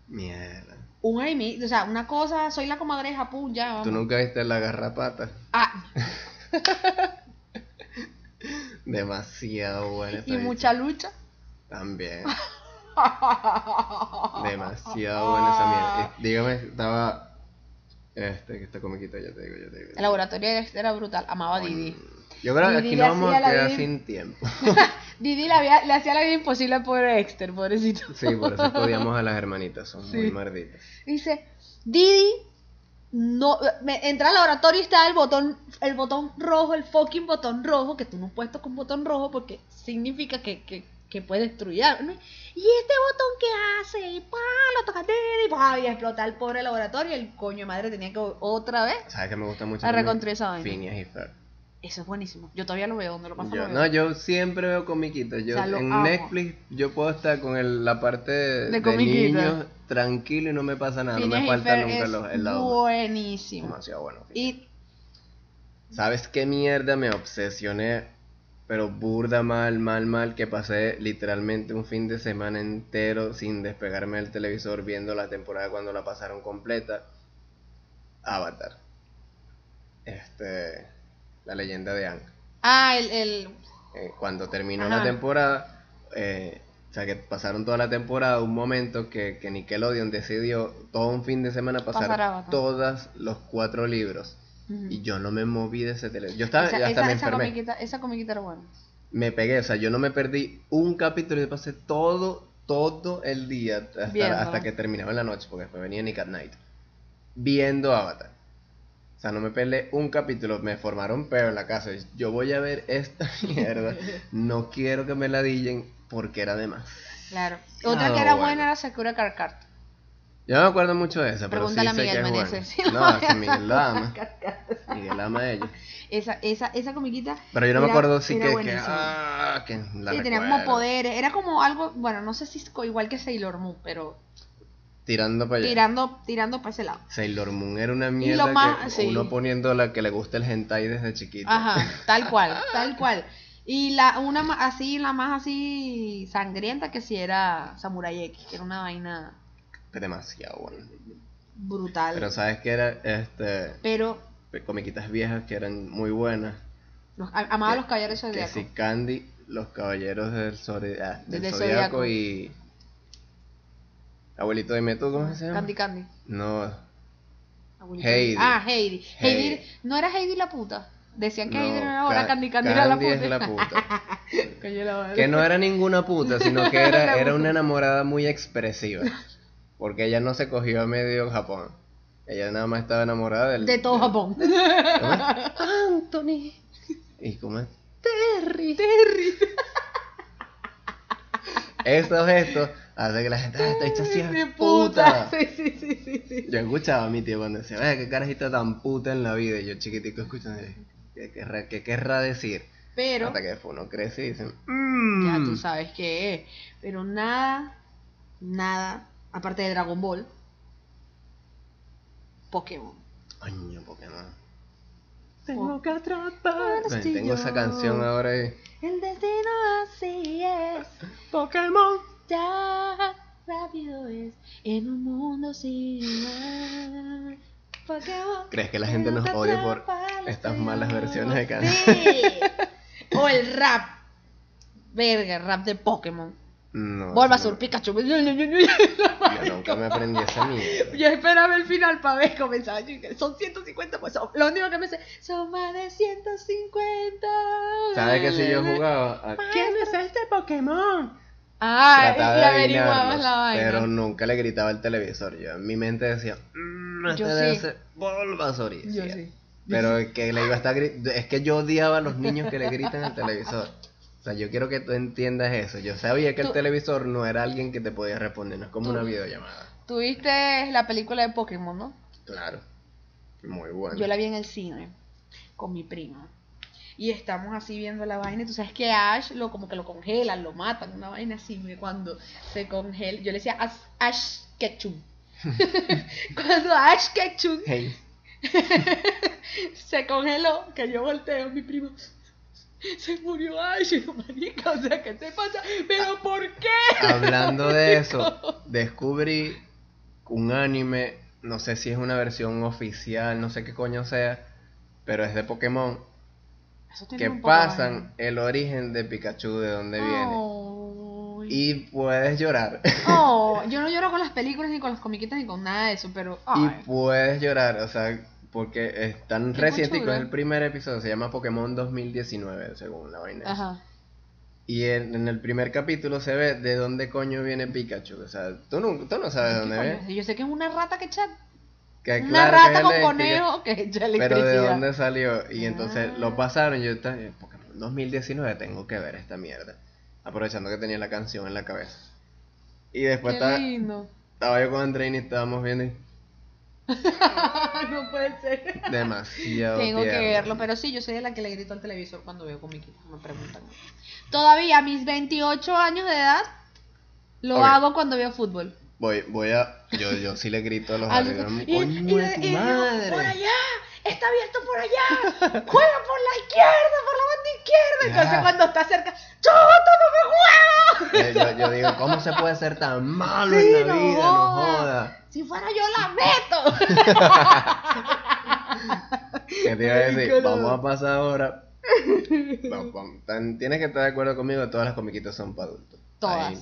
Speaker 1: Mierda.
Speaker 2: Un Jaimito, o sea, una cosa, soy la comadreja, pum, ya. vamos.
Speaker 1: ¿Tú nunca viste la garrapata?
Speaker 2: Ah,
Speaker 1: Demasiado buena. esa
Speaker 2: y
Speaker 1: bicha.
Speaker 2: mucha lucha.
Speaker 1: También. Demasiado buena esa mierda. Y dígame, estaba. Este, que esta comiquita, ya te digo, ya te digo.
Speaker 2: El laboratorio de Dexter era brutal, amaba a Didi.
Speaker 1: Yo creo que
Speaker 2: Didi
Speaker 1: aquí
Speaker 2: le
Speaker 1: nos vamos a
Speaker 2: hacía la
Speaker 1: quedar
Speaker 2: vida-
Speaker 1: sin tiempo.
Speaker 2: Didi le, había- le hacía la vida imposible al pobre Dexter, pobrecito.
Speaker 1: Sí, por eso odiamos a las hermanitas, son muy
Speaker 2: Sí.
Speaker 1: marditas.
Speaker 2: Dice, Didi, no, me, entra al laboratorio y está el botón, el botón rojo, el fucking botón rojo, que tú no puedes tocar un botón rojo porque significa que, que, que puede destruir algo. ¿no? Y este botón que hace, y pa, lo toca Didi, pa, y explota el pobre laboratorio, y el coño de madre tenía que otra vez.
Speaker 1: ¿Sabes que me gusta mucho?
Speaker 2: A
Speaker 1: anime?
Speaker 2: reconstruir esa vaina.
Speaker 1: Phineas y Ferb.
Speaker 2: Eso es buenísimo. Yo todavía lo veo, donde lo pasan
Speaker 1: Yo-
Speaker 2: lo veo.
Speaker 1: no, yo siempre veo comiquitas. Yo
Speaker 2: O sea, lo
Speaker 1: en
Speaker 2: amo.
Speaker 1: Netflix yo puedo estar con el- la parte de,
Speaker 2: De
Speaker 1: de
Speaker 2: comiquita.
Speaker 1: niños tranquilo y no me pasa nada. no
Speaker 2: Phineas
Speaker 1: me
Speaker 2: y
Speaker 1: falta
Speaker 2: Ferb
Speaker 1: nunca
Speaker 2: es
Speaker 1: los, el lado. humano.
Speaker 2: Buenísimo.
Speaker 1: Demasiado bueno. Phineas.
Speaker 2: Y
Speaker 1: ¿Sabes qué mierda me obsesioné? Pero burda mal, mal, mal, que pasé literalmente un fin de semana entero sin despegarme del televisor viendo la temporada cuando la pasaron completa. Avatar. Este. La leyenda de Ang.
Speaker 2: Ah, el, el...
Speaker 1: Eh, cuando terminó la
Speaker 2: Ajá.
Speaker 1: temporada, eh, o sea que pasaron toda la temporada, un momento que, que Nickelodeon decidió todo un fin de semana pasar
Speaker 2: Pasar Avatar.
Speaker 1: todos los cuatro libros. Y yo no me moví de ese teléfono. Yo estaba,
Speaker 2: Mm. esa,
Speaker 1: hasta
Speaker 2: esa-
Speaker 1: me
Speaker 2: esa
Speaker 1: enfermé.
Speaker 2: comiquita, esa comiquita era buena.
Speaker 1: Me pegué, o sea, yo no me perdí un capítulo. Yo pasé todo, todo el día, hasta,
Speaker 2: Viéndola.
Speaker 1: hasta que terminaba en la noche, porque después venía Nick at Night, viendo Avatar. O sea, no me peleé un capítulo, me formaron pero en la casa. y Yo voy a ver esta mierda, no quiero que me la dillen porque era de más.
Speaker 2: Claro. Otra
Speaker 1: Ah,
Speaker 2: que era
Speaker 1: bueno.
Speaker 2: buena era Sakura Carcart.
Speaker 1: Yo no me acuerdo mucho de esa, pero sí sé
Speaker 2: Pregúntale a
Speaker 1: que
Speaker 2: Miguel
Speaker 1: es
Speaker 2: Meneses
Speaker 1: buena.
Speaker 2: si lo
Speaker 1: no,
Speaker 2: voy a
Speaker 1: esa Miguel la ama.
Speaker 2: Carcart.
Speaker 1: Miguel ama a ella.
Speaker 2: Esa, esa, esa comiquita.
Speaker 1: Pero yo no me
Speaker 2: era-
Speaker 1: acuerdo si
Speaker 2: era
Speaker 1: que, que,
Speaker 2: buenísima.
Speaker 1: ah, que la
Speaker 2: sí, tenía como
Speaker 1: recuerdo.
Speaker 2: poderes. Era como algo, bueno, no sé si es co- igual que Sailor Moon, pero
Speaker 1: tirando para allá.
Speaker 2: tirando, tirando para ese lado.
Speaker 1: Sailor Moon era una mierda
Speaker 2: lo más-
Speaker 1: que
Speaker 2: sí.
Speaker 1: uno poniendo la que le gusta el hentai desde chiquito.
Speaker 2: Ajá, tal cual, tal cual. Y la una ma- así, la más así sangrienta que si era Samurai X, que era una vaina
Speaker 1: Demasiado bueno.
Speaker 2: brutal.
Speaker 1: Pero
Speaker 2: Pero,
Speaker 1: sabes que era este comiquitas viejas que eran muy buenas.
Speaker 2: los- a- amaba
Speaker 1: Que-
Speaker 2: los caballeros
Speaker 1: Que
Speaker 2: zodiacos.
Speaker 1: si Candy, los caballeros del, Zodi- ah, del
Speaker 2: Del
Speaker 1: Zodiaco
Speaker 2: Zodiaco.
Speaker 1: y. Abuelito de Meto, ¿cómo se llama?
Speaker 2: Candy Candy.
Speaker 1: No,
Speaker 2: abuelita.
Speaker 1: Heidi.
Speaker 2: Ah, Heidi.
Speaker 1: Heidi.
Speaker 2: Heidi. ¿No era Heidi la puta? Decían que
Speaker 1: no,
Speaker 2: Heidi era una buena,
Speaker 1: Ca-
Speaker 2: Candy Candy era la puta.
Speaker 1: es la puta.
Speaker 2: Coño, la madre.
Speaker 1: que no era ninguna puta, sino que era,
Speaker 2: La
Speaker 1: era
Speaker 2: puta.
Speaker 1: una enamorada muy expresiva. Porque ella no se cogió a medio Japón. Ella nada más estaba enamorada del.
Speaker 2: De todo
Speaker 1: del-
Speaker 2: Japón.
Speaker 1: ¿Cómo es?
Speaker 3: Anthony,
Speaker 1: ¿Y cómo es?
Speaker 3: Terry.
Speaker 1: Estos gestos hacen que la gente ah, está hecha así
Speaker 2: De
Speaker 1: puta.
Speaker 2: puta. Sí, sí, sí, sí, sí.
Speaker 1: Yo escuchaba a mi tío cuando decía, vaya, qué carajita tan puta en la vida. Y yo chiquitico escuchando, ¿qué querrá, qué querrá decir?
Speaker 2: Pero, Mm.
Speaker 1: Hasta que después uno crece y dice,
Speaker 2: ya
Speaker 1: mmm.
Speaker 2: tú sabes qué es. Pero nada, nada, aparte de Dragon Ball, Pokémon.
Speaker 1: Coño, Pokémon.
Speaker 3: Tengo que atrapar
Speaker 1: Ven, Tengo esa canción ahora y...
Speaker 2: El destino así es,
Speaker 3: Pokémon.
Speaker 2: ya rápido es, en un mundo sin más. Pokémon.
Speaker 1: ¿Crees que la gente nos odia por estas malas versiones de canciones?
Speaker 2: Sí. O el rap. Verga, el rap de Pokémon.
Speaker 1: No.
Speaker 2: Bulbasaur,
Speaker 1: no,
Speaker 2: Pikachu.
Speaker 1: Yo nunca me aprendí esa mierda.
Speaker 2: Yo esperaba el final para ver comenzaba. yo dije, Son 150, pues son- lo único que me sé, son más de 150.
Speaker 1: ¿Sabes que si yo jugaba? a-
Speaker 3: ¿Quién es este Pokémon?
Speaker 2: Ah, y
Speaker 1: trataba de
Speaker 2: averiguabas
Speaker 1: adivinarlos,
Speaker 2: la vaina.
Speaker 1: Pero nunca le gritaba al televisor. Yo en mi mente decía, mmm, este
Speaker 2: Yo
Speaker 1: debe
Speaker 2: sí.
Speaker 1: ser Bulbasaur", y
Speaker 2: Yo
Speaker 1: decía,
Speaker 2: sí.
Speaker 1: Pero es que le iba a estar gri- Es que yo odiaba a los niños que le gritan al televisor. O sea, yo quiero que tú entiendas eso. Yo sabía que el
Speaker 2: Tú-
Speaker 1: televisor no era alguien que te podía responder, no es como
Speaker 2: Tú-
Speaker 1: una videollamada.
Speaker 2: Tuviste la película de Pokémon, ¿no?
Speaker 1: Claro. Muy bueno.
Speaker 2: Yo la vi en el cine con mi prima. Y estamos así viendo la vaina. Y tú sabes que a Ash lo como que lo congelan, lo matan, una vaina así. mire, Cuando se congela, yo le decía "As- Ash Ketchum. cuando Ash Ketchum
Speaker 1: Hey.
Speaker 2: se congeló, que yo volteo, mi primo. Se murió Ash, Y yo, marica, o sea, ¿qué te pasa? ¿Pero por qué?
Speaker 1: Hablando de eso, descubrí un anime, no sé si es una versión oficial, no sé qué coño sea, pero es de Pokémon,
Speaker 2: Eso tiene
Speaker 1: que
Speaker 2: un poco de
Speaker 1: pasan el origen de Pikachu, de dónde
Speaker 2: vaina.
Speaker 1: viene.
Speaker 2: Ay.
Speaker 1: Y puedes llorar.
Speaker 2: Oh, yo no lloro con las películas, ni con las comiquitas, ni con nada de eso, pero.
Speaker 1: Y pues,
Speaker 2: ay.
Speaker 1: puedes llorar, o sea, porque es tan
Speaker 2: Qué
Speaker 1: reciente,
Speaker 2: conchura.
Speaker 1: es el primer episodio, se llama Pokémon 2019, según la vaina. esa.
Speaker 2: Ajá.
Speaker 1: Y en, en el primer capítulo se ve de dónde coño viene Pikachu, o sea, tú no, tú no sabes de
Speaker 2: ¿Qué
Speaker 1: dónde
Speaker 2: coño?
Speaker 1: viene.
Speaker 2: Yo sé que es una rata que echa.
Speaker 1: Que
Speaker 2: Una
Speaker 1: claro que
Speaker 2: rata
Speaker 1: es
Speaker 2: con
Speaker 1: eléctrica,
Speaker 2: conejo que echa
Speaker 1: Pero de
Speaker 2: electricidad.
Speaker 1: dónde salió, y entonces
Speaker 2: Ah.
Speaker 1: lo pasaron, yo estaba, eh, Pokémon 2019 tengo que ver esta mierda, aprovechando que tenía la canción en la cabeza. Y después estaba,
Speaker 2: Qué lindo.
Speaker 1: estaba yo con Andreina y estábamos viendo y
Speaker 2: no puede ser.
Speaker 1: demasiado
Speaker 2: Tengo que
Speaker 1: tierno.
Speaker 2: verlo, pero sí, yo soy de la que le grito al televisor cuando veo comiquitas, me preguntan. Todavía a mis 28 años de edad lo
Speaker 1: Ok.
Speaker 2: hago cuando veo fútbol.
Speaker 1: Voy, voy a. Yo, yo sí le grito a los
Speaker 2: Al-
Speaker 1: árbitros.
Speaker 2: y- Ah, y-
Speaker 1: ¡Coño de
Speaker 2: y
Speaker 1: tu
Speaker 2: digo, por
Speaker 1: madre!
Speaker 2: allá, está abierto por allá, juega por la izquierda, por la banda izquierda. Entonces
Speaker 1: Ya.
Speaker 2: cuando está cerca, ¡Chuta, no me juego!
Speaker 1: Yo, yo- yo digo, ¿cómo se puede ser tan malo
Speaker 2: Sí,
Speaker 1: en la
Speaker 2: no
Speaker 1: vida?
Speaker 2: joda.
Speaker 1: No joda.
Speaker 2: Si fuera yo la meto.
Speaker 1: Que te iba a decir,
Speaker 2: Ridículo.
Speaker 1: vamos a pasar ahora. Vamos, vamos. Tan- Tienes que estar de acuerdo conmigo, todas las comiquitas son para adultos.
Speaker 2: Todas.
Speaker 1: Ahí,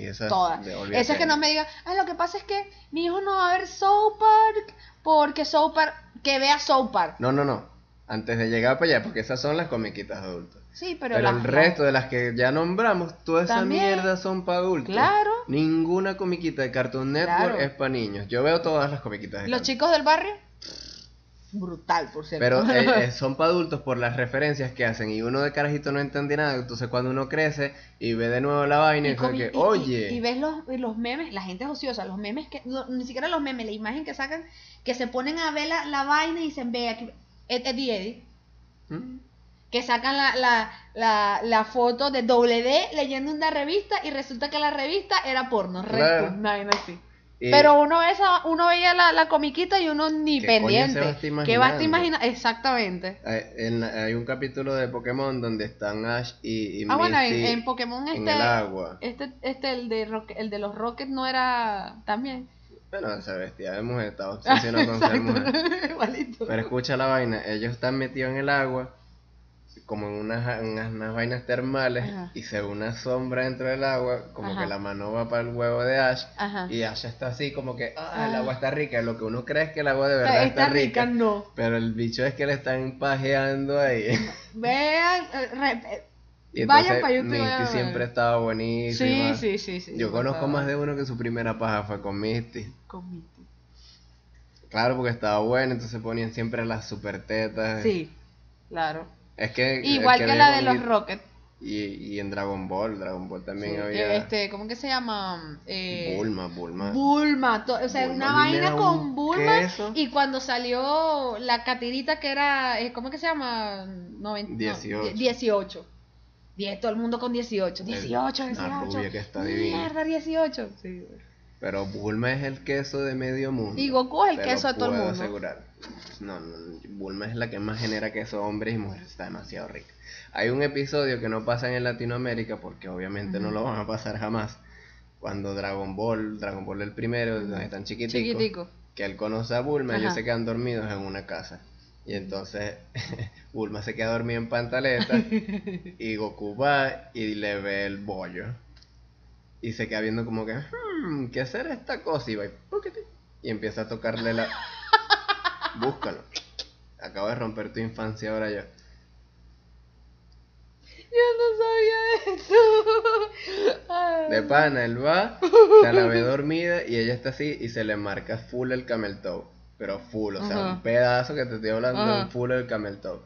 Speaker 1: ahí esas
Speaker 2: Todas.
Speaker 1: de- olvídate
Speaker 2: Eso es que
Speaker 1: de
Speaker 2: no
Speaker 1: mí.
Speaker 2: me diga, ah, lo que pasa es que mi hijo no va a ver South Park porque South Park, que vea South Park.
Speaker 1: No, no, no. Antes de llegar para allá, porque esas son las comiquitas de adultos.
Speaker 2: Sí, pero,
Speaker 1: Pero,
Speaker 2: la-
Speaker 1: el resto de las que ya nombramos, toda esa
Speaker 2: También.
Speaker 1: mierda son para adultos.
Speaker 2: Claro.
Speaker 1: Ninguna comiquita de Cartoon Network
Speaker 2: Claro.
Speaker 1: es para niños. Yo veo todas las comiquitas de
Speaker 2: Los
Speaker 1: Cartoon
Speaker 2: chicos del barrio, brutal, por cierto.
Speaker 1: Pero eh, eh, son para adultos por las referencias que hacen y uno de carajito no entendía nada, entonces cuando uno crece y ve de nuevo la vaina,
Speaker 2: Y
Speaker 1: es como
Speaker 2: comi-
Speaker 1: que,
Speaker 2: y- y-
Speaker 1: oye,
Speaker 2: Y, ves los, y los memes, la gente es ociosa, los memes que, no, ni siquiera los memes, la imagen que sacan, que se ponen a ver la, la vaina y dicen, ve aquí, Ed, Eddie, Eddie",
Speaker 1: ¿Mm?
Speaker 2: que sacan la, la, la, la foto de doble D leyendo una revista y resulta que la revista era porno,
Speaker 1: Claro. Eh.
Speaker 2: recto, una vaina así.
Speaker 1: Y-
Speaker 2: Pero uno, esa, uno veía la, la comiquita y uno ni
Speaker 1: ¿Qué coño
Speaker 2: pendiente.
Speaker 1: se va a estar
Speaker 2: ¿Qué va a estar
Speaker 1: imaginando?
Speaker 2: imagina- Exactamente.
Speaker 1: Hay, en- hay un capítulo de Pokémon donde están Ash y, y
Speaker 2: Ah, bueno, en,
Speaker 1: Misty
Speaker 2: en Pokémon
Speaker 1: en
Speaker 2: este,
Speaker 1: el agua.
Speaker 2: este, este el, de Rock- el de los Rockets no era también.
Speaker 1: Bueno, esa bestia de mujer está obsesionada con ser mujer.
Speaker 2: Igualito.
Speaker 1: Pero escucha la vaina, ellos están metidos en el agua, como en unas, en unas, unas vainas termales,
Speaker 2: Ajá.
Speaker 1: y se ve una sombra dentro del agua, como
Speaker 2: Ajá.
Speaker 1: que la mano va para el huevo de Ash,
Speaker 2: Ajá.
Speaker 1: y Ash está así como que, ah, el
Speaker 2: Ah.
Speaker 1: agua está rica, lo que uno cree es que el agua de
Speaker 2: O sea,
Speaker 1: verdad
Speaker 2: está rica, no.
Speaker 1: Pero el bicho es que le están pajeando ahí.
Speaker 2: Vean, eh, re- eh,
Speaker 1: Y
Speaker 2: Vayan
Speaker 1: entonces,
Speaker 2: pa' YouTube,
Speaker 1: Misty
Speaker 2: vayan a ver.
Speaker 1: siempre estaba
Speaker 2: sí,
Speaker 1: buenísima.
Speaker 2: sí, sí, sí.
Speaker 1: Yo
Speaker 2: por
Speaker 1: conozco
Speaker 2: favor.
Speaker 1: más de uno que su primera paja fue con Misty.
Speaker 2: Con Misty.
Speaker 1: Claro, porque estaba buena, entonces ponían siempre las super tetas.
Speaker 2: Sí, claro.
Speaker 1: Es que el
Speaker 2: Igual que,
Speaker 1: ve
Speaker 2: la
Speaker 1: con
Speaker 2: de los
Speaker 1: Git-
Speaker 2: Rockets.
Speaker 1: Y, y en Dragon Ball, Dragon Ball también
Speaker 2: Sí,
Speaker 1: había
Speaker 2: este, ¿Cómo que se llama? Eh,
Speaker 1: Bulma, Bulma.
Speaker 2: Bulma, to- o sea,
Speaker 1: Bulma.
Speaker 2: una
Speaker 1: A mí me
Speaker 2: vaina
Speaker 1: da
Speaker 2: con
Speaker 1: un
Speaker 2: Bulma
Speaker 1: queso.
Speaker 2: y cuando salió la catirita que era, eh, ¿cómo que se llama? 90,
Speaker 1: 18.
Speaker 2: 18. Die- todo el mundo con 18, 18, 18.
Speaker 1: Una rubia que está divina.
Speaker 2: Mierda, 18. Sí, güey.
Speaker 1: Pero Bulma es el queso de medio mundo.
Speaker 2: Y Goku es el
Speaker 1: te
Speaker 2: queso
Speaker 1: lo
Speaker 2: de todo el
Speaker 1: puedo
Speaker 2: mundo.
Speaker 1: asegurar. No, no, Bulma es la que más genera queso hombres y mujeres. Está demasiado rica. Hay un episodio que no pasan en Latinoamérica porque obviamente no
Speaker 2: Ujú.
Speaker 1: lo van a pasar jamás. Cuando Dragon Ball, Dragon Ball el primero, donde están chiquiticos,
Speaker 2: Chiquitico.
Speaker 1: que él conoce a Bulma, ellos
Speaker 2: Ajá.
Speaker 1: se quedan dormidos en una casa. Y entonces Bulma se queda dormida en pantaleta y Goku va y le ve el bollo. Y se queda viendo como que, "Hmm, ¿qué será esta cosa? Y va y, "Puquiti", y empieza a tocarle la... Búscalo. Acabo de romper tu infancia ahora yo.
Speaker 2: Yo no sabía eso. Ah, Ay.
Speaker 1: De pana, él va, se la ve dormida y ella está así y se le marca full el camel toe. Pero full, o sea,
Speaker 2: Ajá.
Speaker 1: un pedazo que te estoy hablando,
Speaker 2: Ajá.
Speaker 1: un full el camel toe.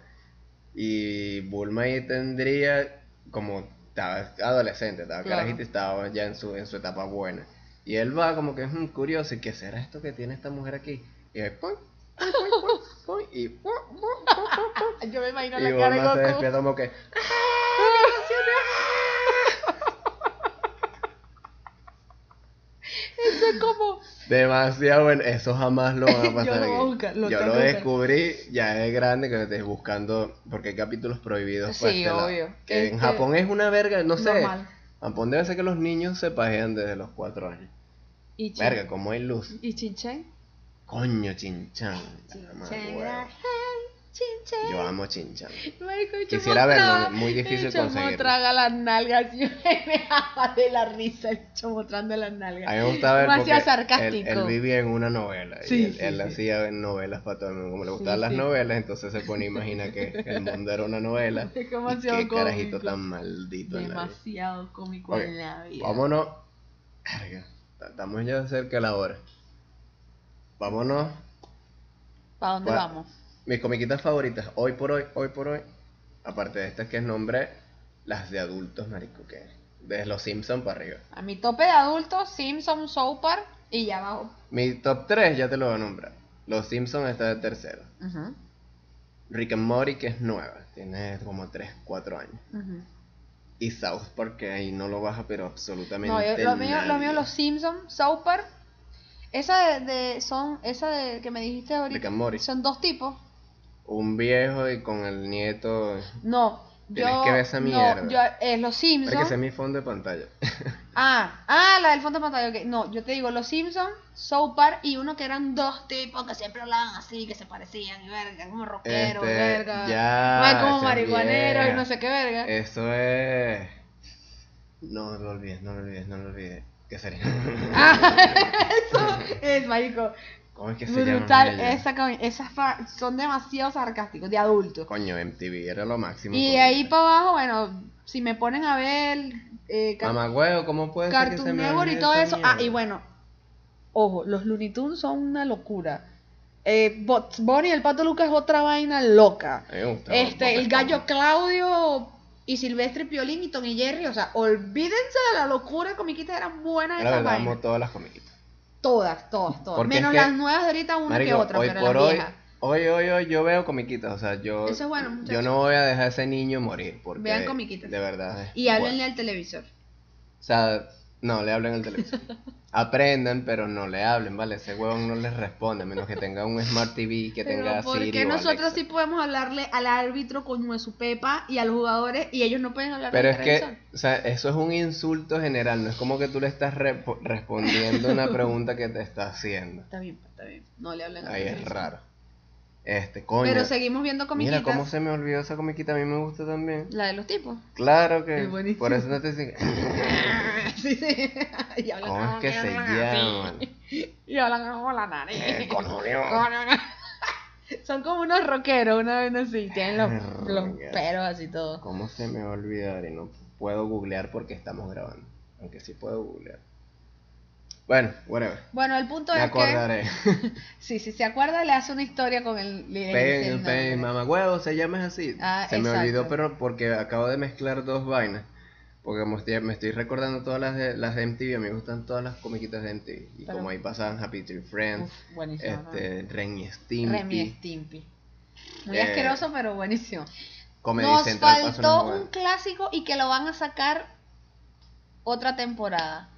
Speaker 1: Y Bulma ahí tendría como estaba adolescente, estaba
Speaker 2: Claro.
Speaker 1: carajito y estaba ya en su, en su etapa buena. Y él va como que es curioso, ¿y qué será esto que tiene esta mujer aquí? Y pues, ahí, "Poing, poing, poing, poing, poing", pues", y "Poing, poing, poing, poing, poing".
Speaker 2: Yo me imagino
Speaker 1: Y
Speaker 2: la cara de
Speaker 1: Bulma se
Speaker 2: Goku.
Speaker 1: despierta como que
Speaker 2: Eso es como.
Speaker 1: Demasiado bueno, eso jamás lo van a
Speaker 2: Yo
Speaker 1: pasar.
Speaker 2: lo voy a
Speaker 1: aquí.
Speaker 2: buscar, lo
Speaker 1: Yo
Speaker 2: tengo
Speaker 1: lo
Speaker 2: que buscar.
Speaker 1: descubrí, ya es grande que estés buscando, porque hay capítulos prohibidos. para
Speaker 2: Sí,
Speaker 1: este lado.
Speaker 2: obvio.
Speaker 1: Que en
Speaker 2: Este-
Speaker 1: Japón es una verga, no sé.
Speaker 2: Normal.
Speaker 1: Japón debe ser que los niños se pajean desde los 4 años.
Speaker 2: Y Chin-
Speaker 1: Verga, como hay luz.
Speaker 2: ¿Y Chinchen?
Speaker 1: Coño, chinchan.
Speaker 2: Chinchen.
Speaker 1: Yo amo chinchan.
Speaker 2: Marico, yo
Speaker 1: Quisiera
Speaker 2: mostraba-
Speaker 1: verlo, muy difícil
Speaker 2: el chomo
Speaker 1: conseguirlo.
Speaker 2: traga las nalgas y yo me daba de la risa el chomo tragando las
Speaker 1: A mí
Speaker 2: nalgas.
Speaker 1: me gustaba ver porque
Speaker 2: Demasiado
Speaker 1: él-
Speaker 2: sarcástico.
Speaker 1: Él, vivía en una novela. y
Speaker 2: Sí,
Speaker 1: él,
Speaker 2: sí,
Speaker 1: él
Speaker 2: sí.
Speaker 1: hacía novelas para todo el mundo. Como le
Speaker 2: Sí,
Speaker 1: gustaban las
Speaker 2: sí.
Speaker 1: novelas, entonces se ponía a imaginar que el mundo era una novela.
Speaker 2: Es
Speaker 1: Y
Speaker 2: demasiado
Speaker 1: qué carajito
Speaker 2: cómico.
Speaker 1: tan maldito en la vida.
Speaker 2: Demasiado cómico
Speaker 1: Ok,
Speaker 2: en la vida.
Speaker 1: Vámonos. Verga, Estamos ya cerca de la hora. Vámonos.
Speaker 2: ¿Para dónde
Speaker 1: Va-
Speaker 2: vamos?
Speaker 1: Mis comiquitas favoritas, hoy por hoy, hoy por hoy. Aparte de estas que nombré, las de adultos, marico, que desde los Simpsons para arriba.
Speaker 2: A mi tope de adultos, Simpson, Soapar y ya abajo.
Speaker 1: Mi top 3 ya te lo voy a nombrar. Los Simpsons está de tercero.
Speaker 2: Ujú,
Speaker 1: Rick and Morty, que es nueva, tiene como 3, 4 años.
Speaker 2: ujú.
Speaker 1: Y South Park, que ahí no lo baja, pero absolutamente.
Speaker 2: No, yo- lo, mío, lo
Speaker 1: nadie.
Speaker 2: mío, los Simpsons, Soapar. Esa de, de- son, esa de que me dijiste
Speaker 1: Rick
Speaker 2: ahorita.
Speaker 1: and Morty.
Speaker 2: Son dos tipos.
Speaker 1: Un viejo y con el nieto.
Speaker 2: No,
Speaker 1: Tienes
Speaker 2: yo.
Speaker 1: que ver esa
Speaker 2: no,
Speaker 1: mierda.
Speaker 2: yo- eh, los
Speaker 1: Para que sea
Speaker 2: Simpsons.
Speaker 1: mi fondo de pantalla.
Speaker 2: Ah, ah, la del fondo de pantalla. ok. No, yo te digo, los Simpsons, Soapar y uno que eran dos tipos que siempre hablaban así, que se parecían y verga, como rockeros,
Speaker 1: Este,
Speaker 2: verga.
Speaker 1: ya,
Speaker 2: Ay, como
Speaker 1: esa Eh,
Speaker 2: marihuaneros y
Speaker 1: vieja.
Speaker 2: no sé qué verga.
Speaker 1: Eso es. No lo olvides, no lo olvides, no lo olvides. ¿Qué sería?
Speaker 2: Ah, Eso es, marico.
Speaker 1: ¿Cómo es que se llama?
Speaker 2: Brutal. Esa, co- esas fa- son demasiado sarcásticos, de adultos.
Speaker 1: Coño, MTV era lo máximo.
Speaker 2: Y de ahí para abajo, bueno, si me ponen a ver eh, Car-
Speaker 1: Mamá, huevo, ¿cómo puede ser Ah, que se
Speaker 2: Cartoon
Speaker 1: me
Speaker 2: Network y
Speaker 1: olvide
Speaker 2: todo
Speaker 1: esa
Speaker 2: eso. Ah, y
Speaker 1: mierda?
Speaker 2: bueno, ojo, los Looney Tunes son una locura. Eh, Bugs Bunny y el Pato Lucas es otra vaina loca.
Speaker 1: A mí me gustaba
Speaker 2: Este,
Speaker 1: Bob
Speaker 2: el gallo
Speaker 1: Esponja.
Speaker 2: Claudio y Silvestre Piolín y Tom y Jerry, o sea, olvídense de la locura comiquita eran buenas
Speaker 1: La
Speaker 2: esas
Speaker 1: verdad, amo
Speaker 2: vainas.
Speaker 1: todas las comiquitas.
Speaker 2: Todas, todas, todas.
Speaker 1: Porque es
Speaker 2: Menos
Speaker 1: que-
Speaker 2: las nuevas de ahorita, una que
Speaker 1: Marico,
Speaker 2: otra,
Speaker 1: hoy
Speaker 2: pero
Speaker 1: por
Speaker 2: las
Speaker 1: hoy,
Speaker 2: viejas.
Speaker 1: hoy, hoy, hoy, yo veo comiquitas, o sea, yo,
Speaker 2: Eso es bueno,
Speaker 1: yo
Speaker 2: muchachos.
Speaker 1: no voy a dejar a ese niño morir, porque
Speaker 2: Vean comiquitas.
Speaker 1: de verdad es
Speaker 2: Y háblenle
Speaker 1: bueno.
Speaker 2: al televisor.
Speaker 1: O sea, No, le hablen al televisor. Aprendan, pero no le hablen, ¿vale? Ese huevón no les responde, a menos que tenga un Smart TV, que tenga
Speaker 2: Pero ¿por
Speaker 1: Siri
Speaker 2: qué
Speaker 1: o
Speaker 2: nosotros
Speaker 1: Alexa.
Speaker 2: sí podemos hablarle al árbitro con su pepa y a los jugadores y ellos no pueden hablar
Speaker 1: Pero
Speaker 2: al
Speaker 1: es que,
Speaker 2: televisor?
Speaker 1: o sea, eso es un insulto general, no es como que tú le estás repo- respondiendo una pregunta que te está haciendo.
Speaker 2: Está bien, está bien. No le hablan al
Speaker 1: Ahí es
Speaker 2: televisor.
Speaker 1: raro. Este, coño.
Speaker 2: Pero seguimos viendo comiquitas.
Speaker 1: Mira, cómo se me olvidó esa comiquita, a mí me gusta también.
Speaker 2: La de los tipos.
Speaker 1: Claro que.
Speaker 2: Es buenísimo.
Speaker 1: Por eso no te dicen.
Speaker 2: sí, sí. Y hablan
Speaker 1: ¿Cómo es que se llaman?
Speaker 2: Y hablan como la nariz.
Speaker 1: Eh, coño.
Speaker 2: Son como unos rockeros, una vez así. Tienen los, los
Speaker 1: Verga.
Speaker 2: pelos así todo.
Speaker 1: ¿Cómo se me va a olvidar? Y no puedo googlear porque estamos grabando. Aunque sí puedo googlear. Bueno, whatever.
Speaker 2: Bueno, el punto
Speaker 1: Me
Speaker 2: es que.
Speaker 1: acordaré.
Speaker 2: Sí, si se acuerda, le hace una historia con el. le dice el
Speaker 1: Pen,
Speaker 2: nombre.
Speaker 1: pen, mamá huevo, se llama así.
Speaker 2: Ah,
Speaker 1: se me
Speaker 2: exacto.
Speaker 1: olvidó, pero porque acabo de mezclar dos vainas. Porque como estoy- me estoy recordando todas las de, las de MTV, a mí me gustan todas las comiquitas de MTV. Y
Speaker 2: Pero-
Speaker 1: como ahí pasaban Happy Tree Friends,
Speaker 2: Uf, buenísimo. ¿no?
Speaker 1: este, Ren y
Speaker 2: Remy
Speaker 1: Stimpy,
Speaker 2: Stimpy. Muy
Speaker 1: Eh,
Speaker 2: asqueroso, pero buenísimo.
Speaker 1: Comedy
Speaker 2: Nos
Speaker 1: Central pasó
Speaker 2: faltó
Speaker 1: unos
Speaker 2: un
Speaker 1: huevos.
Speaker 2: clásico y que lo van a sacar otra temporada.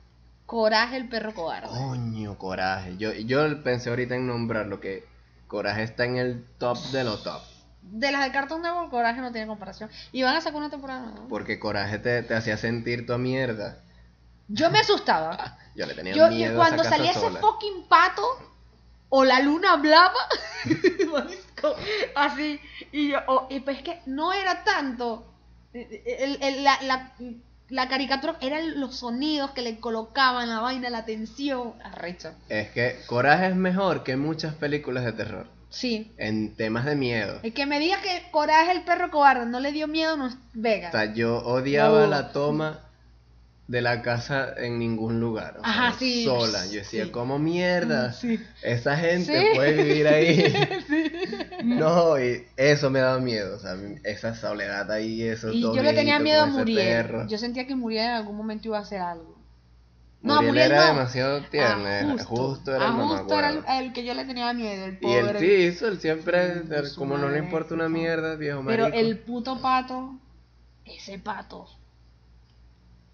Speaker 2: Coraje el perro cobarde.
Speaker 1: Oh. Coño, Coraje. Yo, yo pensé ahorita en nombrarlo, que Coraje está en el top de los top.
Speaker 2: De las de Cartoon Network, Coraje no tiene comparación. Y van a sacar una temporada nueva.
Speaker 1: Porque Coraje te, te hacía sentir tu mierda.
Speaker 2: Yo me asustaba.
Speaker 1: Yo le tenía
Speaker 2: Yo,
Speaker 1: miedo
Speaker 2: yo
Speaker 1: a
Speaker 2: cuando
Speaker 1: esa casa
Speaker 2: salía ese
Speaker 1: sola.
Speaker 2: fucking pato o la luna hablaba, marisco, así. Y yo, o- y pues es que no era tanto. e, el- el- la, la- la caricatura eran los sonidos que le colocaban la vaina, la tensión. Arrecho.
Speaker 1: Es que Coraje es mejor que muchas películas de terror.
Speaker 2: Sí.
Speaker 1: En temas de miedo.
Speaker 2: El que me diga que Coraje el perro cobarde no le dio miedo no es
Speaker 1: O
Speaker 2: vega.
Speaker 1: sea, yo odiaba
Speaker 2: No.
Speaker 1: la toma de la casa en ningún lugar. o sea,
Speaker 2: Ajá, sí,
Speaker 1: Sola. Yo decía,
Speaker 2: sí.
Speaker 1: ¿cómo mierda?
Speaker 2: Mm, Sí.
Speaker 1: Esa gente
Speaker 2: Sí.
Speaker 1: puede vivir ahí. No, y eso me daba miedo. O sea, esa soledad ahí, eso
Speaker 2: Y yo le tenía miedo a
Speaker 1: Muriel.
Speaker 2: Muriel. Yo sentía que Muriel en algún momento iba a hacer algo. No,
Speaker 1: Muriel,
Speaker 2: Muriel
Speaker 1: era
Speaker 2: no.
Speaker 1: demasiado tierna.
Speaker 2: Ah,
Speaker 1: era- justo, era
Speaker 2: Ah,
Speaker 1: el
Speaker 2: justo era el,
Speaker 1: mamagüevo.
Speaker 2: el que yo le tenía miedo, el
Speaker 1: Y
Speaker 2: pobre.
Speaker 1: él sí hizo, él siempre,
Speaker 2: Sí,
Speaker 1: él-
Speaker 2: su
Speaker 1: como no le
Speaker 2: madre,
Speaker 1: importa una
Speaker 2: sí.
Speaker 1: mierda, viejo
Speaker 2: Pero
Speaker 1: marico.
Speaker 2: el puto pato, ese pato.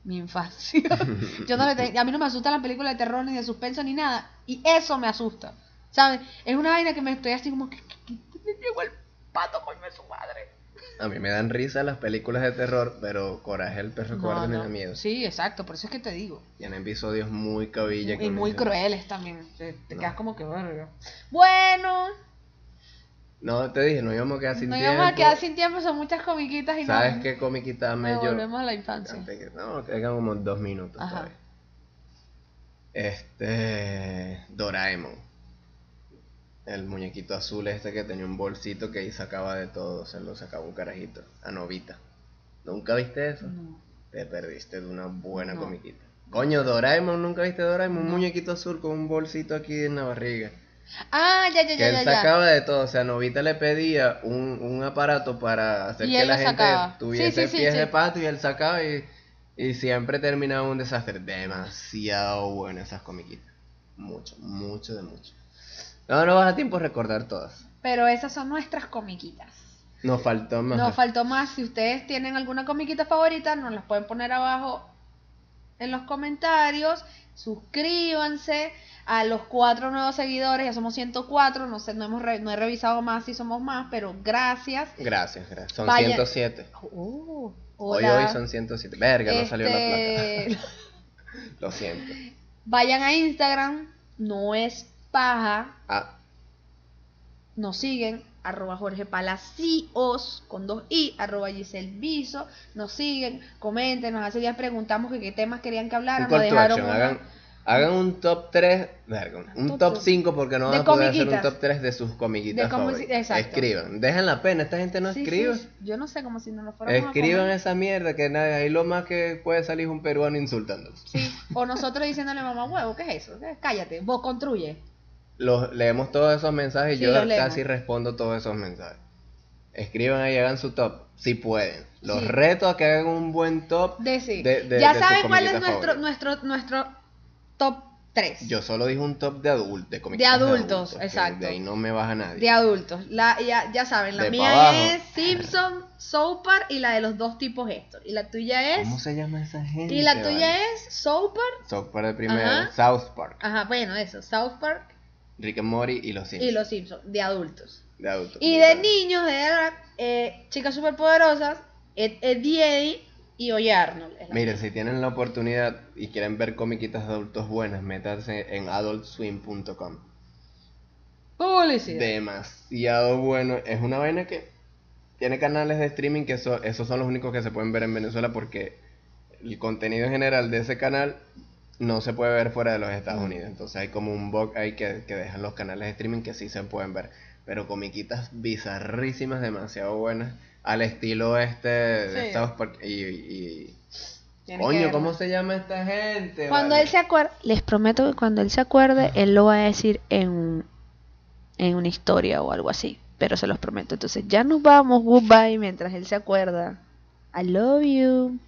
Speaker 2: Mi infancia. Yo no le te- a mí no me asustan las películas de terror ni de suspenso ni nada. Y eso me asusta. ¿Sabes? Es una vaina que me estoy así como que. que- que me llegó el pato, coño de su madre.
Speaker 1: A mí me dan risa las películas de terror, pero Coraje el perro cobarde me da miedo.
Speaker 2: Sí, exacto. Por eso es que te digo.
Speaker 1: Tiene episodios muy cabilla que
Speaker 2: Y
Speaker 1: uno
Speaker 2: muy
Speaker 1: dice,
Speaker 2: crueles también. Te, te
Speaker 1: No.
Speaker 2: quedas como que verga. Bueno,
Speaker 1: No, te dije, no íbamos a quedar sin
Speaker 2: nos
Speaker 1: tiempo.
Speaker 2: íbamos a quedar sin tiempo. Son muchas comiquitas y
Speaker 1: ¿Sabes
Speaker 2: no.
Speaker 1: qué comiquita me
Speaker 2: Nos
Speaker 1: yo?
Speaker 2: volvemos a la infancia.
Speaker 1: Antes que- No, quedan como dos minutos
Speaker 2: Ajá.
Speaker 1: todavía. Este. Doraemon. El muñequito azul este que tenía un bolsito que ahí sacaba de todo. Se lo sacaba un carajito. A Novita. ¿Nunca viste eso?
Speaker 2: No.
Speaker 1: Te perdiste de una buena
Speaker 2: No.
Speaker 1: comiquita. Coño, Doraemon, ¿nunca viste Doraemon? Un
Speaker 2: No.
Speaker 1: muñequito azul con un bolsito aquí en la barriga.
Speaker 2: Ah, ya, ya,
Speaker 1: Que
Speaker 2: ya,
Speaker 1: él
Speaker 2: ya, ya.
Speaker 1: sacaba de todo, o sea, Novita le pedía un, un aparato para hacer
Speaker 2: Y
Speaker 1: que
Speaker 2: él
Speaker 1: la
Speaker 2: lo
Speaker 1: gente
Speaker 2: sacaba.
Speaker 1: tuviese
Speaker 2: Sí, sí, sí,
Speaker 1: pies
Speaker 2: sí.
Speaker 1: de pato y él sacaba y, y siempre terminaba un desastre. Demasiado bueno esas comiquitas. Mucho, mucho de mucho. No, no vas a tiempo de recordar todas.
Speaker 2: Pero esas son nuestras comiquitas.
Speaker 1: Nos faltó más.
Speaker 2: Nos faltó más. Si ustedes tienen alguna comiquita favorita, nos las pueden poner abajo en los comentarios. Suscríbanse a los cuatro nuevos seguidores. Ya somos 104. No sé, no, hemos re- no he revisado más si somos más, pero gracias.
Speaker 1: Gracias, gracias. Son
Speaker 2: Vaya-
Speaker 1: 107.
Speaker 2: Oh,
Speaker 1: Hoy,
Speaker 2: hola.
Speaker 1: hoy son 107. Verga, no salió la placa.
Speaker 2: Este,
Speaker 1: Lo siento.
Speaker 2: Vayan a Instagram. No es paja.
Speaker 1: Ah,
Speaker 2: Nos siguen, arroba Jorge Palacios, con dos i, arroba Giselle Biso. Nos siguen, comenten, nos hace días preguntamos que qué temas querían que
Speaker 1: un
Speaker 2: habláramos.
Speaker 1: call to
Speaker 2: dejaron
Speaker 1: action.
Speaker 2: una-
Speaker 1: Hagan, hagan un top 3, verga, un- un
Speaker 2: Top
Speaker 1: top
Speaker 2: tres.
Speaker 1: 5 porque no van
Speaker 2: De
Speaker 1: a poder hacer un
Speaker 2: comiquitas.
Speaker 1: top 3 de sus comiquitas
Speaker 2: De comi-
Speaker 1: favoritas.
Speaker 2: exacto.
Speaker 1: Escriban, dejen la pena, esta gente no
Speaker 2: Sí,
Speaker 1: escribe.
Speaker 2: sí, yo no sé, como si no nos fuéramos
Speaker 1: Escriban
Speaker 2: a comer.
Speaker 1: esa mierda que nada, ahí lo más que puede salir es un peruano insultándolos.
Speaker 2: Sí, o nosotros diciéndole mamá huevo, ¿qué es eso? ¿Qué? Cállate, vos construye.
Speaker 1: Los, leemos todos esos mensajes y
Speaker 2: Sí,
Speaker 1: yo
Speaker 2: los
Speaker 1: casi
Speaker 2: leemos.
Speaker 1: respondo todos esos mensajes. Escriban ahí, hagan su top, si pueden. Los
Speaker 2: Sí.
Speaker 1: reto a que hagan un buen top.
Speaker 2: De sí.
Speaker 1: De- de-
Speaker 2: ya
Speaker 1: de sus
Speaker 2: saben cuál es
Speaker 1: comiquitas
Speaker 2: nuestro,
Speaker 1: favoritas.
Speaker 2: nuestro, nuestro top Tres.
Speaker 1: Yo solo dije un top de adultos, de comiquitas
Speaker 2: adultos,
Speaker 1: que
Speaker 2: exacto.
Speaker 1: De ahí no me baja nadie.
Speaker 2: De adultos. La, ya, ya saben, la
Speaker 1: De pa' abajo.
Speaker 2: mía es Simpson, Soapar y la de los dos tipos estos. Y la tuya es.
Speaker 1: ¿Cómo se llama esa gente?
Speaker 2: Y la tuya es Soapar.
Speaker 1: South Park de primero,
Speaker 2: Ajá.
Speaker 1: South Park,
Speaker 2: Ajá, bueno, eso. South Park
Speaker 1: Rick and Morty y Los Simpsons.
Speaker 2: y Los Simpsons. De adultos.
Speaker 1: De adultos.
Speaker 2: Y de niños, de edad, eh, chicas superpoderosas, Ed, Ed y Eddie y Oye Arnold. Es la-
Speaker 1: Miren, si tienen la oportunidad y quieren ver comiquitas de adultos buenas, métanse en adultswim.com.
Speaker 2: Publicidad.
Speaker 1: Demasiado bueno. Es una vaina que tiene canales de streaming que so- esos son los únicos que se pueden ver en Venezuela porque el contenido en general de ese canal no se puede ver fuera de los Estados
Speaker 2: Mm.
Speaker 1: Unidos. Entonces hay como un bug ahí que, que dejan los canales de streaming que sí se pueden ver. Pero comiquitas bizarrísimas, demasiado buenas. Al estilo este de
Speaker 2: Sí.
Speaker 1: Estados Park. Y, y-
Speaker 2: Tienes que
Speaker 1: Coño,
Speaker 2: verla.
Speaker 1: ¿cómo se llama esta gente?
Speaker 4: Cuando
Speaker 1: vale?
Speaker 4: él se acuerde, les prometo que cuando él se acuerde, él lo va a decir en, un- en una historia o algo así. Pero se los prometo. Entonces ya nos vamos, goodbye, mientras él se acuerda. I love you.